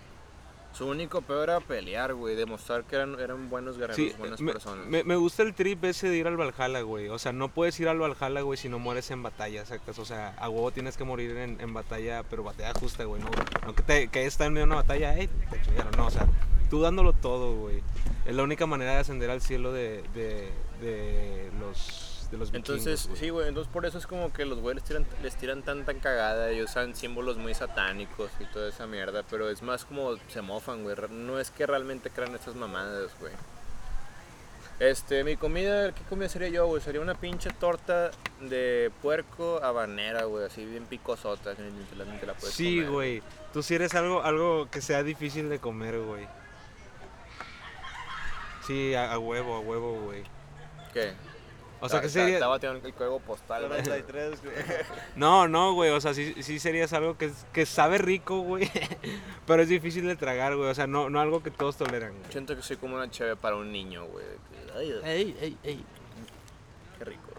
S2: Su único peor era pelear, güey, demostrar que eran, eran buenos guerreros,
S3: Sí,
S2: buenas
S3: me,
S2: personas.
S3: me- me gusta el trip ese de ir al Valhalla, güey. O sea, no puedes ir al Valhalla, güey, si no mueres en batalla, sacas. O sea, a huevo tienes que morir en, en batalla, pero batalla justa, güey. No, no que, te, que está en medio de una batalla, eh, te chingaron. No, o sea, tú dándolo todo, güey. Es la única manera de ascender al cielo de, de, de los, de los vikingos,
S2: Entonces,
S3: güey.
S2: sí, güey, entonces por eso es como que los güeyes les tiran, les tiran tanta cagada y usan símbolos muy satánicos y toda esa mierda, pero es más como se mofan, güey. re- No es que realmente crean estas mamadas, güey. Este, mi comida, ¿qué comida sería yo, güey? Sería una pinche torta de puerco habanera, güey, así bien picosota, que ni te la, ni te la puedes
S3: Sí,
S2: comer.
S3: güey. Tú sí eres algo, algo que sea difícil de comer, güey. Sí, a, a huevo, a huevo, güey.
S2: ¿Qué?
S3: O sea,
S2: Ta-
S3: que
S2: ta-
S3: sería...
S2: Estaba teniendo el código postal, güey.
S7: 43, güey.
S3: No, no, güey. O sea, sí, sí serías algo que, es- que sabe rico, güey. Pero es difícil de tragar, güey. O sea, no, no algo que todos toleran, güey.
S2: Siento que soy como una cheve para un niño, güey. Ay,
S3: Ey, ey, ey.
S2: Qué rico.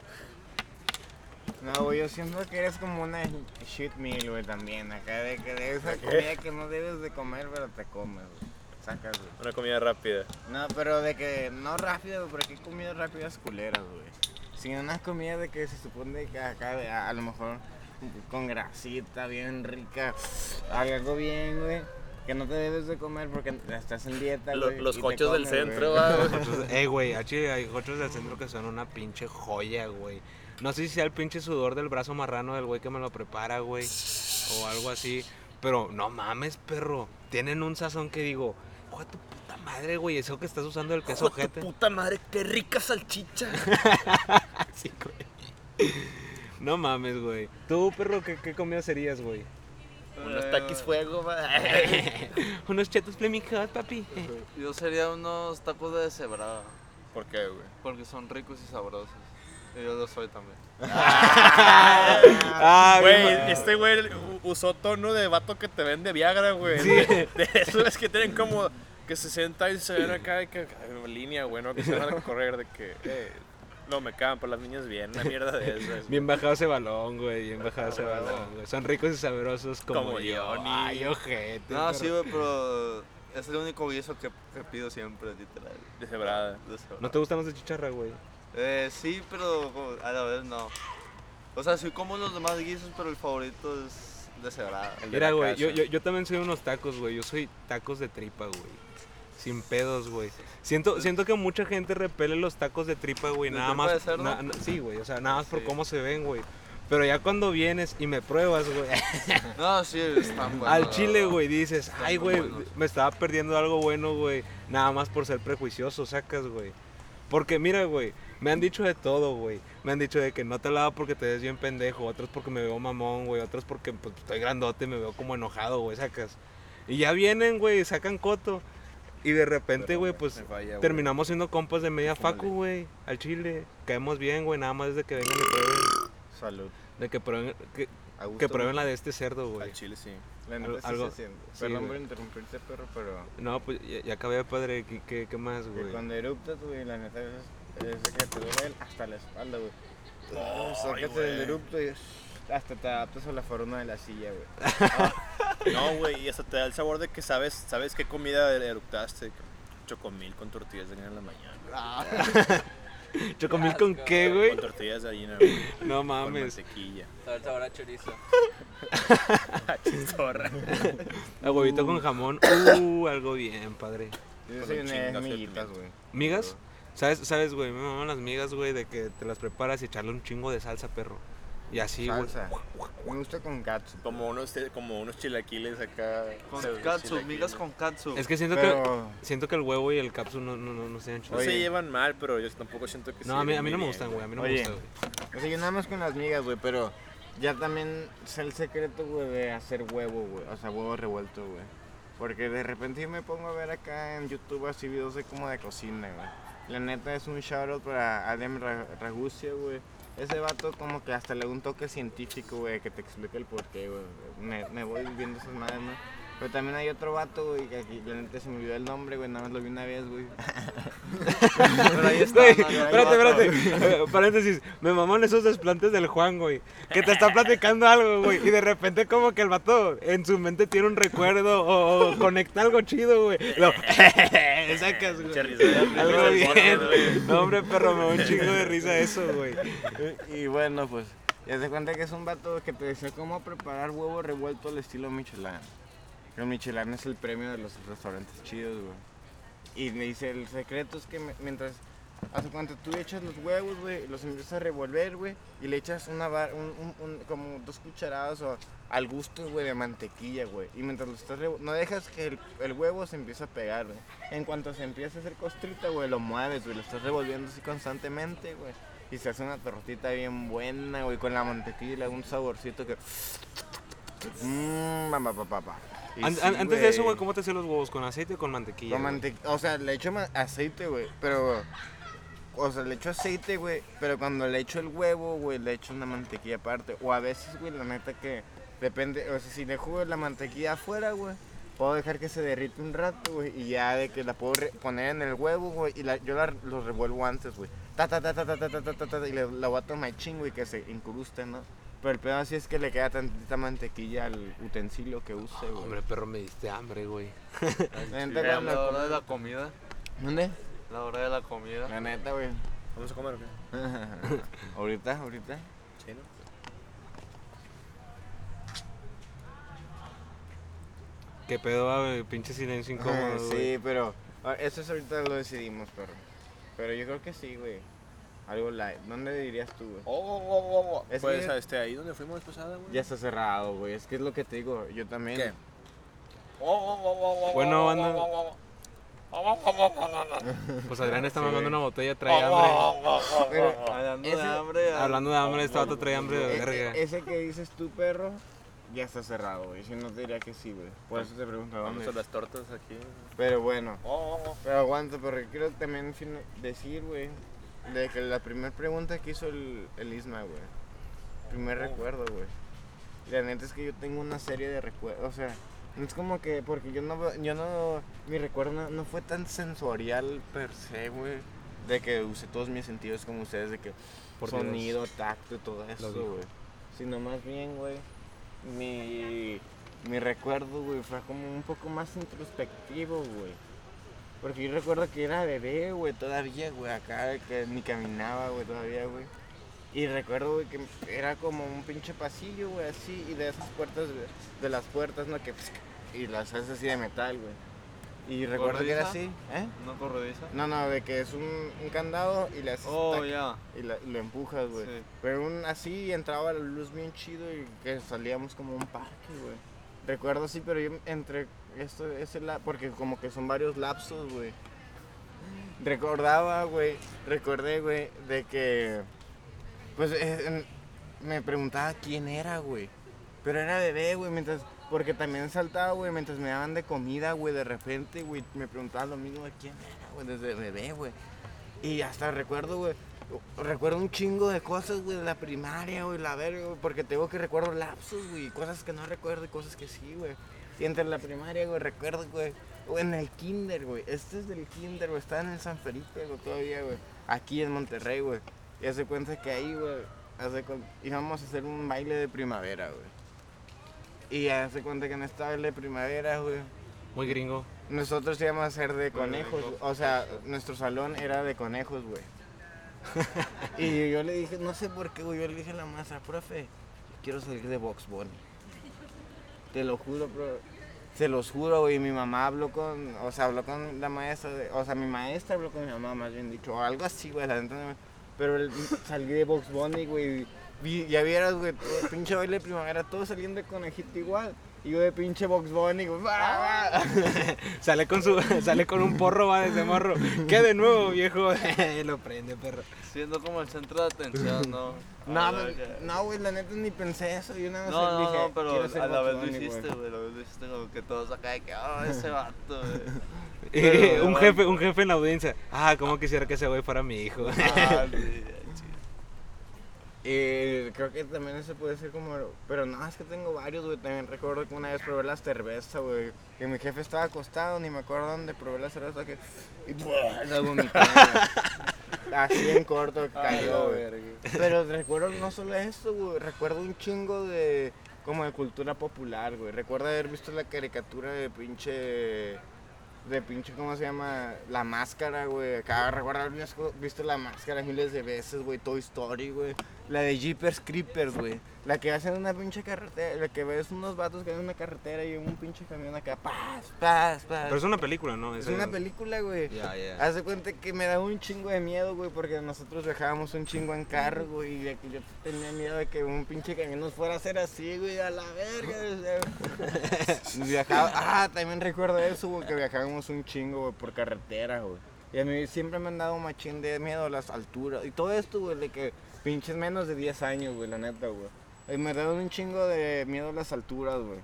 S4: No, güey, yo siento que eres como una shit meal, güey, también. Acá de que de esa
S2: ¿Qué?
S4: comida que no debes de comer, pero te comes, güey. Sacas, güey.
S2: Una comida rápida.
S4: No, pero de que no rápido, güey, porque hay comidas rápidas culeras, güey. Sino unas comidas de que se supone que acá de- a, a lo mejor con grasita bien rica, algo bien, güey. Que no te debes de comer porque estás en dieta,
S2: Lo-
S4: güey.
S2: los
S4: y te
S2: cochos del
S4: comes,
S2: centro,
S4: güey.
S2: va, güey.
S3: Jochos- Eh, güey, aquí hay gochos del centro que son una pinche joya, güey. No sé si sea el pinche sudor del brazo marrano del güey que me lo prepara, güey. O algo así. Pero no mames, perro. Tienen un sazón que digo, hijo de tu puta madre, güey. Eso que estás usando el queso,
S13: Hijo de tu
S3: ojete.
S13: puta madre, qué rica salchicha.
S3: Sí, güey. No mames, güey. Tú, perro, ¿qué, qué comida serías, güey?
S13: Unos taquis fuego, va.
S3: Unos chetos Flaming Hot, papi.
S7: Yo sería unos tacos de deshebrada.
S4: ¿Por qué, güey?
S7: Porque son ricos y sabrosos. Y yo lo soy también.
S3: Ah,
S13: Ah,
S2: güey, este güey usó tono de vato que te vende Viagra, güey. De, de esos es que tienen como que se senta y se ven acá de que, en línea, güey, ¿no? Que se van a correr de que, eh, no me cagan, por las niñas bien, una mierda de esas.
S3: Bien bajado ese balón, güey. Bien bajado ese balón, güey. Son ricos y sabrosos como,
S2: Como
S3: yo.
S2: Johnny.
S3: Ay, ojete.
S7: No,
S3: perro.
S7: sí, güey, pero es el único guiso que, que pido siempre, literal.
S14: Deshebrada.
S3: ¿No te gustan los de chicharra, güey?
S7: Eh, sí, pero como- a la vez no. O sea, sí como los demás guisos, pero el favorito es deshebrada.
S3: Mira, güey, yo, yo, yo también soy unos tacos, güey. Yo soy tacos de tripa, güey. Sin pedos, güey. Siento, siento que mucha gente repele los tacos de tripa, güey.
S7: ¿De
S3: Nada
S7: tripa
S3: más.
S7: de cerdo?
S3: na- na- sí, güey. O sea, nada más por cómo se ven, güey. Pero ya cuando vienes y me pruebas, güey.
S7: No, sí, están buenos.
S3: al
S7: la
S3: chile,
S7: verdad.
S3: güey, dices,
S7: Están
S3: ay,
S7: muy
S3: güey,
S7: buenos.
S3: me estaba perdiendo algo bueno, güey. Nada más por ser prejuicioso, sacas, güey. Porque mira, güey, me han dicho de todo, güey. Me han dicho de que no te lavo porque te ves bien pendejo, otros porque me veo mamón, güey, otros porque pues, estoy grandote y me veo como enojado, güey, sacas. Y ya vienen, güey, sacan coto. Y de repente, güey, pues
S15: güey.
S3: terminamos siendo compas de media facu, güey, al chile. Caemos bien, güey, nada más desde que vengan y prueben.
S4: Salud.
S3: De que prueben, que,
S4: A gusto,
S3: que prueben
S4: güey.
S3: la de este cerdo, güey.
S4: Al chile, sí.
S3: Al-
S4: La neta Ah, sí
S3: algo-
S4: se siente.
S3: sí,
S4: Perdón
S3: güey.
S4: por interrumpirte, perro, pero...
S3: No, pues ya, ya acabé, padre. ¿Qué, qué, qué más,
S4: Que
S3: güey?
S4: cuando eruptas, güey, la neta es, es que te duele hasta la espalda, güey.
S2: Ay,
S4: Sácate
S2: güey.
S4: del erupto y hasta te adaptas a la forma de la silla, güey.
S16: No, güey, y hasta te da el sabor de que sabes, sabes qué comida eructaste. Chocomil con tortillas de harina en la mañana.
S3: ¿Chocomil con qué, güey?
S16: Con tortillas de harina, güey.
S3: No
S16: Con
S3: mames.
S16: mantequilla.
S5: Todo el sabor a chorizo.
S16: Chistorra.
S3: A Ah, huevito con jamón. Uh, algo bien, padre.
S4: Yo soy una de esas
S2: eh.
S4: miguitas, eh, güey.
S3: ¿Migas? ¿Sabes, sabes, güey? Me maman las migas, güey, de que te las preparas y echarle un chingo de salsa, perro. Y así, güey.
S4: Salsa. Me gusta con katsu.
S16: Como unos, como unos chilaquiles acá.
S7: Con
S16: Pseudo
S7: katsu,
S16: chilaquiles.
S7: migas con katsu.
S3: Es que siento
S16: Pero-
S3: que siento que el huevo y el capsu no, no, no, no sean
S16: No
S3: chidos.
S16: se llevan mal, pero yo tampoco siento que
S3: No, a mí- a mí no me gustan, güey, a mí no me
S4: Oye,
S3: gusta,
S4: o sea, yo nada más con las migas, güey, pero ya también es el secreto, güey, de hacer huevo, güey. O sea, huevo revuelto, güey. Porque de repente yo me pongo a ver acá en YouTube así videos de como de cocina, güey. La neta es un shoutout para Adem Ra- Ragusia, güey. Ese vato como que hasta le da un toque científico, güey, que te explica el porqué, güey. Me, me voy viendo esas madres, ¿no? Pero también hay otro vato, güey, que aquí, la neta se me olvidó el nombre, güey, nada más lo vi una vez, güey.
S7: Pero ahí está,
S3: Güey,
S7: no, no, ahí
S3: espérate,
S7: va,
S3: espérate. Eh, Paréntesis, me maman esos desplantes del Juan, güey. Que te está platicando algo, güey. Y de repente, como que el vato en su mente tiene un recuerdo o, o conecta algo chido, güey. Lo- sacas, güey. Algo bien. No, hombre, perro, me da un chingo de risa eso, güey.
S4: Y bueno, pues, ya te cuenta que es un vato que te decía cómo preparar huevo revuelto al estilo Michelin. El Michelin es el premio de los restaurantes chidos, güey. Y me dice, el secreto es que me- mientras, hace cuenta, tú echas los huevos, güey, y los empiezas a revolver, güey, y le echas una bar- un- un- un- como dos cucharadas o al gusto, güey, de mantequilla, güey. Y mientras lo estás revolviendo, no dejas que el, el huevo se empiece a pegar, güey. En cuanto se empieza a hacer costrita, güey, lo mueves, güey, lo estás revolviendo así constantemente, güey. Y se hace una tortita bien buena, güey, con la mantequilla, y le da un saborcito que... Mmm, mamá, papá, papá. Y
S3: An-
S4: sí,
S3: an- antes de eso, güey, ¿cómo te hacían los huevos? ¿Con aceite o con mantequilla?
S4: con
S3: güey?
S4: mante- O sea, le echo ma- aceite, güey. Pero. O sea, le echo aceite, güey. Pero cuando le echo el huevo, güey, le echo una mantequilla aparte. O a veces, güey, la neta que. Depende. O sea, si le jugo la mantequilla afuera, güey. Puedo dejar que se derrite un rato, güey. Y ya de que la puedo re- poner en el huevo, güey. Y la- yo la, lo revuelvo antes, güey. Ta, ta, ta, ta, ta, ta, ta, ta, ta, ta, y le- la voy a tomar ching, güey, que se incruste, ¿no? Pero el pedo así es que le queda tantita mantequilla al utensilio que use, güey.
S3: Hombre, perro, me diste hambre, güey.
S4: La neta,
S7: Vean,
S4: cuando-
S7: La hora de la comida.
S4: ¿Dónde?
S7: La hora de la comida.
S4: La neta, güey.
S16: ¿Vamos a comer o qué?
S4: ahorita, ahorita.
S16: Sí, ¿no?
S3: ¿Qué pedo, va, güey? Pinche silencio incómodo,
S4: Ah, sí,
S3: güey.
S4: pero ah, eso es ahorita lo decidimos, perro. Pero yo creo que sí, güey. Algo light. ¿Dónde dirías tú, güey?
S12: Oh,
S4: Es
S12: pues
S4: que
S12: este, ahí donde fuimos pasada, güey.
S4: ya está cerrado, güey. Es que es lo que te digo. Yo también. ¿Qué?
S12: Oh,
S3: Bueno, banda.
S12: oh,
S3: Pues Adrián está mamando una botella, trae
S2: Oh,
S12: oh,
S3: hambre.
S4: hablando
S3: ese- Hablando de hambre, este vato trae hambre
S4: Eh,
S3: de verga.
S4: E, Ese que dices tú, perro, ya está cerrado, güey. Si no te diría que sí, güey. Por eso te pregunto
S12: Vamos
S4: dónde.
S12: a las tortas aquí.
S4: Pero bueno.
S12: Oh, oh, oh.
S4: Pero aguanta, porque quiero también fin- decir, güey, de que la primera pregunta que hizo el, el Isma, güey.
S12: Oh.
S4: Primer recuerdo, güey. Y La neta es que yo tengo una serie de recuerdos, o sea, no es como que, porque yo no, yo no, mi recuerdo no, no fue tan sensorial per se, güey. De que usé todos mis sentidos como ustedes, de que
S3: Por
S4: sonido,
S3: Dios.
S4: tacto y todo eso,
S3: dijo.
S4: güey. Sino más bien, güey, mi, mi recuerdo, güey, fue como un poco más introspectivo, güey. Porque yo recuerdo que era bebé, güey, todavía, güey, acá de que ni caminaba, güey, todavía, güey. Y recuerdo, güey, que era como un pinche pasillo, güey, así, y de esas puertas, güey, de las puertas, ¿no? Que, y las haces así de metal, güey. Y recuerdo que era así, ¿eh?
S7: ¿No corrediza?
S4: No, no, de que es un, un candado y le haces
S7: Oh,
S4: tac,
S7: ya.
S4: y, la- y lo empujas, güey.
S7: Sí.
S4: Pero un, así entraba la luz bien chido y que salíamos como a un parque, güey. Recuerdo así, pero yo entre esto ese la porque como que son varios lapsos, güey. Recordaba, güey, recordé, güey, de que pues eh, en- me preguntaba quién era, güey. Pero era bebé, güey, mientras porque también saltaba, güey, mientras me daban de comida, güey, de repente, güey, me preguntaba lo mismo de quién era, güey, desde bebé, güey. Y hasta recuerdo, güey. Recuerdo un chingo de cosas, güey, de la primaria, güey, la verga, güey, porque tengo que recuerdo lapsos, güey, cosas que no recuerdo y cosas que sí, güey. Y entre la primaria, güey, recuerdo, güey, o en el kinder, güey, este es del kinder, güey, estaba en el San Felipe, güey, todavía, güey, aquí en Monterrey, güey. Y hace cuenta que ahí, güey, hace cuen- íbamos a hacer un baile de primavera, güey. Y hace cuenta que en esta baile de primavera, güey,
S3: Muy gringo.
S4: nosotros íbamos a ser de
S3: Muy
S4: conejos,
S3: rico.
S4: o sea, nuestro salón era de conejos, güey. y yo le dije, no sé por qué, güey, yo le dije a la maestra, profe, quiero salir de Box Bunny. Te lo juro, profe. Se los juro, güey, mi mamá habló con, o sea, habló con la maestra, de- o sea, mi maestra habló con mi mamá, más bien dicho, o algo así, güey, la neta no me- Pero el- salí de Box Bunny, güey, vi- ya vieras, güey, todo- pinche baile de primavera, todos saliendo de conejito igual, y yo de pinche Box Bunny, güey, ¡ah!
S3: Sale con su sale con un porro va desde morro. ¿Qué de nuevo, viejo? Lo prende, perro.
S7: Siendo como el centro de atención, Ah, ¿no?
S4: No,
S7: A
S4: no,
S7: la verga.
S4: no, güey, la neta ni pensé eso. Yo nada más
S7: No, no,
S4: dije,
S7: no, pero
S4: quiero ser
S7: a la
S4: Bugs
S7: vez lo
S4: Bunny,
S7: hiciste, güey. A la vez lo hiciste como que todos acá de que, oh, ese vato, güey.
S3: Eh, un jefe, un jefe en la audiencia. Ah, cómo quisiera que ese güey fuera mi hijo.
S7: Ah, sí,
S4: Y Eh, creo que también eso puede ser como. Pero no, es que tengo varios, güey. También recuerdo que una vez probé las cervezas, güey. Que mi jefe estaba acostado, ni me acuerdo dónde probé la cerveza. Que... Y ¡buah! la vomité, güey. Así en corto cayó, güey. Pero recuerdo no solo eso, güey. Recuerdo un chingo de. Como de cultura popular, güey. Recuerdo haber visto la caricatura de pinche. De pinche, ¿cómo se llama? La máscara, güey. Acá recuerdo haber visto- visto la máscara miles de veces, güey. Toy Story, güey. La de Jeepers Creepers, güey. La que hacen una pinche carretera. La que ves unos vatos que hacen una carretera y un pinche camión acá. Paz, paz, paz.
S3: Pero es una película, ¿no?
S4: Es
S3: Ese-
S4: una película, güey.
S3: Ya, ya.
S4: Haz de cuenta que me da un chingo de miedo, güey, porque nosotros viajábamos un chingo en carro, güey, y de que yo tenía miedo de que un pinche camión nos fuera a hacer así, güey, a la verga. o sea. Y viajaba- ah, también recuerdo eso, güey, que viajábamos un chingo, güey, por carretera, güey. Y a mí siempre me han dado machín de miedo a las alturas. Y todo esto, güey, de que pinches menos de 10 años, güey, la neta, güey. Y me daban un chingo de miedo a las alturas, güey.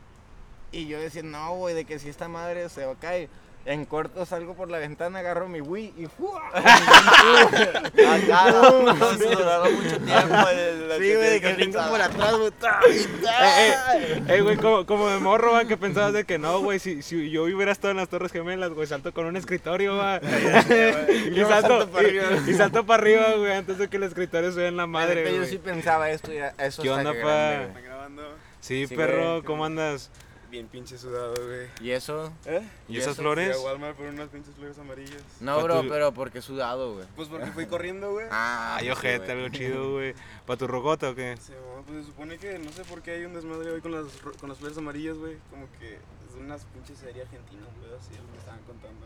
S4: Y yo decía, no, güey, de que si esta madre se va a caer. En corto salgo por la ventana, agarro mi Wii y ¡fua! Ah,
S7: Acá,
S4: No,
S7: Ah, no,
S4: mames.
S7: se duraron mucho tiempo en la
S4: Sí,
S7: que
S4: güey, de que
S7: tienes que
S4: brinco
S7: pensar.
S4: por atrás, güey. ¡ta!
S3: Eh, eh, eh, güey, como, como de morro, va, que pensabas de que no, güey, si, si yo hubiera estado en las Torres Gemelas, güey, salto con un escritorio, va. y,
S4: Yo
S3: salto,
S4: salto para
S3: y-
S4: arriba.
S3: y salto para arriba, güey, antes de que el escritorio se vea en la madre,
S4: Neta,
S3: güey.
S4: Yo sí pensaba esto, ya, eso
S3: ¿Qué
S4: hasta
S3: onda,
S4: que grande,
S3: pa?
S4: güey.
S3: Sí,
S4: Sí,
S3: perro,
S4: güey.
S3: ¿cómo andas?
S17: Bien pinche sudado, güey.
S4: ¿Y eso?
S17: ¿Eh?
S3: ¿Y esas flores?
S17: Fui a Walmart por unas pinches flores amarillas.
S4: No,
S3: Pa'
S4: bro,
S3: tu-
S4: pero porque sudado, güey.
S17: Pues porque fui corriendo, güey.
S4: Ah,
S3: Ay,
S4: yo
S3: ojete, algo chido, güey. ¿Para tu rogota o qué?
S17: Sí, mamá, pues se supone que no sé por qué hay un desmadre hoy con las, ro- con las flores amarillas, güey. Como que unas pinches series argentinas, güey, así lo que estaban contando.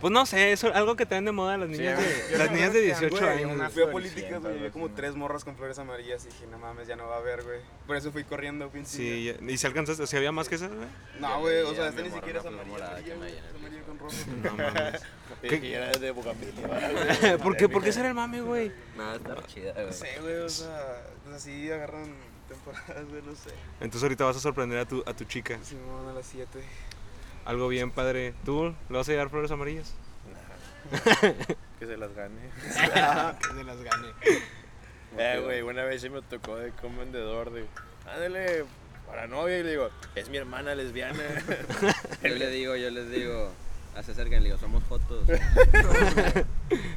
S3: Pues no sé, es algo que traen de moda las niñas
S17: Sí,
S3: de,
S17: yo
S3: las
S17: me
S3: niñas de
S17: acuerdo que,
S3: 18
S17: güey,
S3: años. güey.
S17: Fui a políticas, güey, había como tres morras con flores amarillas y dije, no mames, ya no va a haber, güey. Por eso fui corriendo, pinche.
S3: Sí, ya- y si alcanzaste, si había más que esas, güey.
S17: No, güey, o sea,
S2: Ya
S17: este
S2: me
S17: ni siquiera es
S2: morró una
S17: amarillo.
S2: morada
S17: amarillo,
S2: que me
S17: güey,
S2: haya en
S17: es
S2: el
S17: amarillo con rojo.
S3: No mames.
S2: Y que era de
S3: ¿Qué? ¿Por qué? ¿Por qué será el mame, güey?
S2: Nada, está chida,
S17: No sé, güey, o sea, pues así agarran temporadas, güey, no sé.
S3: Entonces ahorita vas a sorprender a tu, a tu chica.
S17: Simón a las 7.
S3: Algo bien padre. ¿Tú le vas a llevar flores amarillas?
S12: Que se las gane.
S18: Que se las gane.
S12: Eh, güey, una vez se me tocó de que un vendedor de. Ándale, para novia. Y le digo, es mi hermana lesbiana.
S5: Yo le digo, yo les digo, se acerquen, le digo, somos fotos.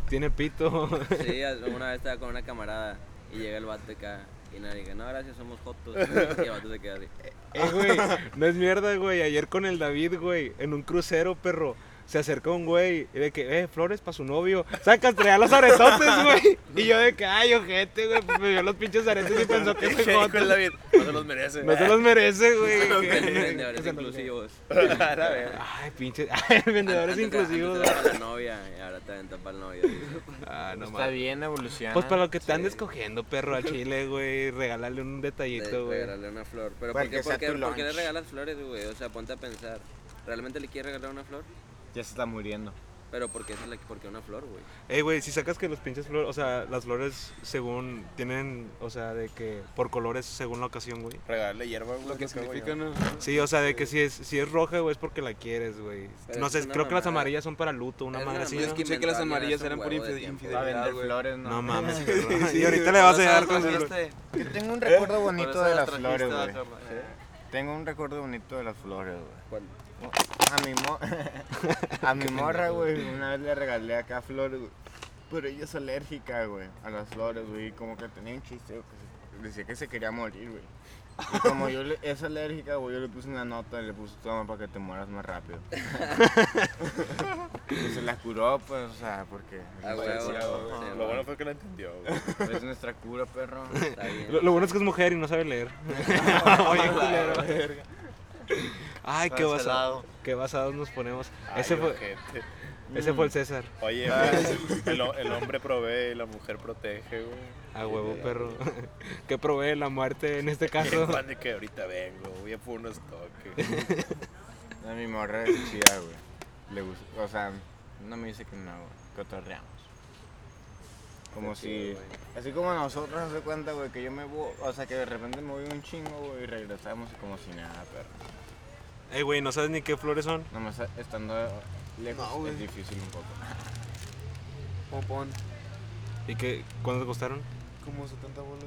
S3: Tiene pito.
S5: Sí, una vez estaba con una camarada y llega el vato acá y nadie dice, no, gracias, somos fotos. Y el vato se queda así.
S3: Eh, güey, no es mierda, güey. Ayer con el David, güey, en un crucero, perro. Se acercó un güey y de que, eh, flores para su novio. Sacas, traía los aretotes, güey. Y yo de que, ay, ojete, güey. Pues me vio los pinches aretes y pensó que soy
S12: ¿Qué dijo
S3: joto.
S12: el David? No se los merece.
S3: No se los merece,
S12: No se los
S3: güey.
S12: merece,
S5: vendedores inclusivos.
S12: A la verga.
S3: Ay, pinches. Ay, vendedores
S5: Antes era-
S3: inclusivos.
S5: antes era
S3: güey.
S5: para la novia y ahora te aventó para el novio.
S3: Ah, no
S5: Está
S3: mames.
S5: bien, evoluciona.
S3: Pues para lo que te andes cogiendo, perro, al chile, güey. Regálale un
S5: Te-
S3: detallito, güey.
S5: regalarle una flor. Pero ¿por qué, por, qué, por qué le regalas flores, güey? O sea, ponte a pensar. ¿Realmente le quieres regalar una flor?
S4: Ya se está muriendo.
S5: Pero ¿por qué, es la, por qué una flor, güey?
S3: Ey, Eh, güey, si sacas que los pinches flores, o sea, las flores según tienen, o sea, de que por colores según la ocasión, güey.
S12: Regalarle hierba, güey.
S17: Lo que
S12: cago yo.
S17: significa, ¿no?
S3: Sí, o sea, de que si es, si es roja, güey, es porque la quieres, güey.
S17: Pero
S3: No
S17: es
S3: sé,
S17: una
S3: creo que las
S17: mamada.
S3: amarillas son para luto, una
S17: Es
S3: madre
S17: una
S3: así.
S17: mamada.
S3: ¿no?
S17: Escuché que las amarillas eran por infi- infidelidad,
S4: Para vender
S17: güey.
S4: flores, no.
S3: No mames, cabrón. Y ahorita le vas a llegar con
S4: Por
S3: su-
S4: eso te-
S7: este.
S4: Yo tengo un
S3: ¿Eh?
S4: recuerdo
S3: Por
S4: bonito
S3: eso
S4: de
S3: las
S4: las
S3: trajiste
S4: flores,
S3: a
S4: güey.
S3: hacerla.
S4: Tengo un recuerdo bonito de las flores, güey. A mi, mo- a mi
S18: Qué
S4: morra,
S18: pendejo.
S4: güey, una vez le regalé acá flores, güey. Pero ella es alérgica, güey, a las flores, güey. y Como que tenía un chiste, güey, que se- decía que se quería morir, güey. Y como yo le- es alérgica, güey, yo le puse una nota y le puse toma para que te mueras más rápido. y se la curó, pues, o sea, porque...
S12: Ah, güey,
S4: Parecía,
S12: ah,
S4: güey.
S12: güey. Lo bueno fue que la entendió, güey.
S4: Es nuestra cura, perro.
S3: Lo, lo bueno es que es mujer y no sabe leer. Oye, culero. Ay, qué basado.
S12: Cancelado.
S3: Qué basados nos ponemos.
S12: Ay,
S3: ese fue,
S12: ojete.
S3: ese
S17: Mm.
S3: fue el César.
S12: Oye, güey, el, ho- el hombre provee y la mujer protege, güey.
S3: A huevo, perro. ¿Qué provee la muerte en este caso?
S12: Bien, pan de que ahorita vengo, voy a por unos toques.
S4: No, mi morra es chida, güey. Le gusta, o sea, no me dice que no, güey. Cotorreamos. Como
S12: Está
S4: si...
S12: chido, güey.
S4: Así como nosotros nos se cuenta, güey, que yo me voy... O sea, que de repente me voy un chingo, güey, y regresamos como si nada, perro.
S3: Ey, güey, no sabes ni qué flores son.
S4: Nomás estando lejos
S17: No, güey.
S4: es difícil un poco.
S17: Popón,
S3: ¿Y qué? ¿Cuánto te costaron?
S17: como 70 bolas.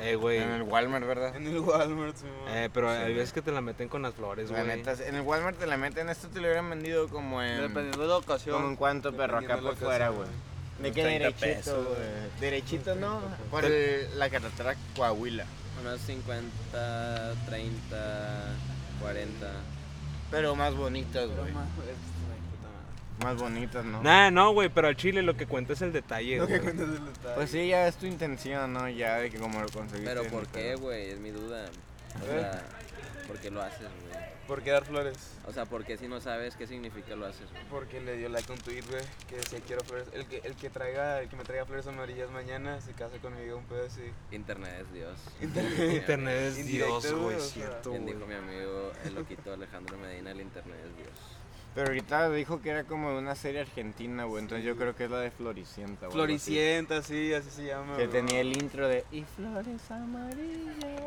S3: Ey, güey.
S17: Ah,
S4: En el Walmart, ¿verdad?
S17: En el Walmart, Simón.
S3: Eh, pero hay
S4: Sí.
S3: veces que te la meten con las flores,
S4: La
S3: güey.
S4: neta, en el Walmart te la meten, esto te lo hubieran vendido como en...
S19: Dependiendo de la ocasión.
S4: Como en cuánto, perro, acá
S19: Dependiendo
S4: por
S19: de la
S4: fuera, güey.
S19: ocasión.
S4: De qué
S19: 30
S4: derechito,
S19: pesos,
S4: güey. Derechito, ¿no? Por
S5: Te-
S4: el- la carretera Coahuila.
S5: Unos 50, 30, 40.
S4: Pero más bonitas, güey. Más bonitas, ¿no?
S3: Nah, no, güey, pero al chile lo que cuenta es el detalle, güey.
S4: Pues sí, ya es tu intención, ¿no? Ya de que como lo conseguiste.
S5: Pero
S4: ¿no?
S5: ¿por qué, güey? Es mi duda. O
S4: ¿Eh?
S5: sea, ¿por qué lo haces, güey?
S17: ¿Por qué dar flores?
S5: O sea, ¿por qué si no sabes qué significa lo haces, güey?
S17: Porque le dio like a un tweet, güey, que decía quiero flores. El que, el que traiga, el que me traiga flores amarillas mañana se casa conmigo, un pedo así.
S5: Internet es Dios.
S17: Internet-
S3: Internet es
S17: Indirecto,
S3: Dios, güey,
S17: o sea.
S3: cierto,
S5: Bien
S3: güey.
S5: dijo mi amigo el loquito Alejandro Medina, el Internet es Dios.
S4: Pero ahorita dijo que era como de una serie argentina, güey. Entonces yo creo que es la de Floricienta, güey.
S17: Floricienta, sí, así se llama.
S4: Que
S17: güey.
S4: tenía el intro de.
S19: Y flores amarillas.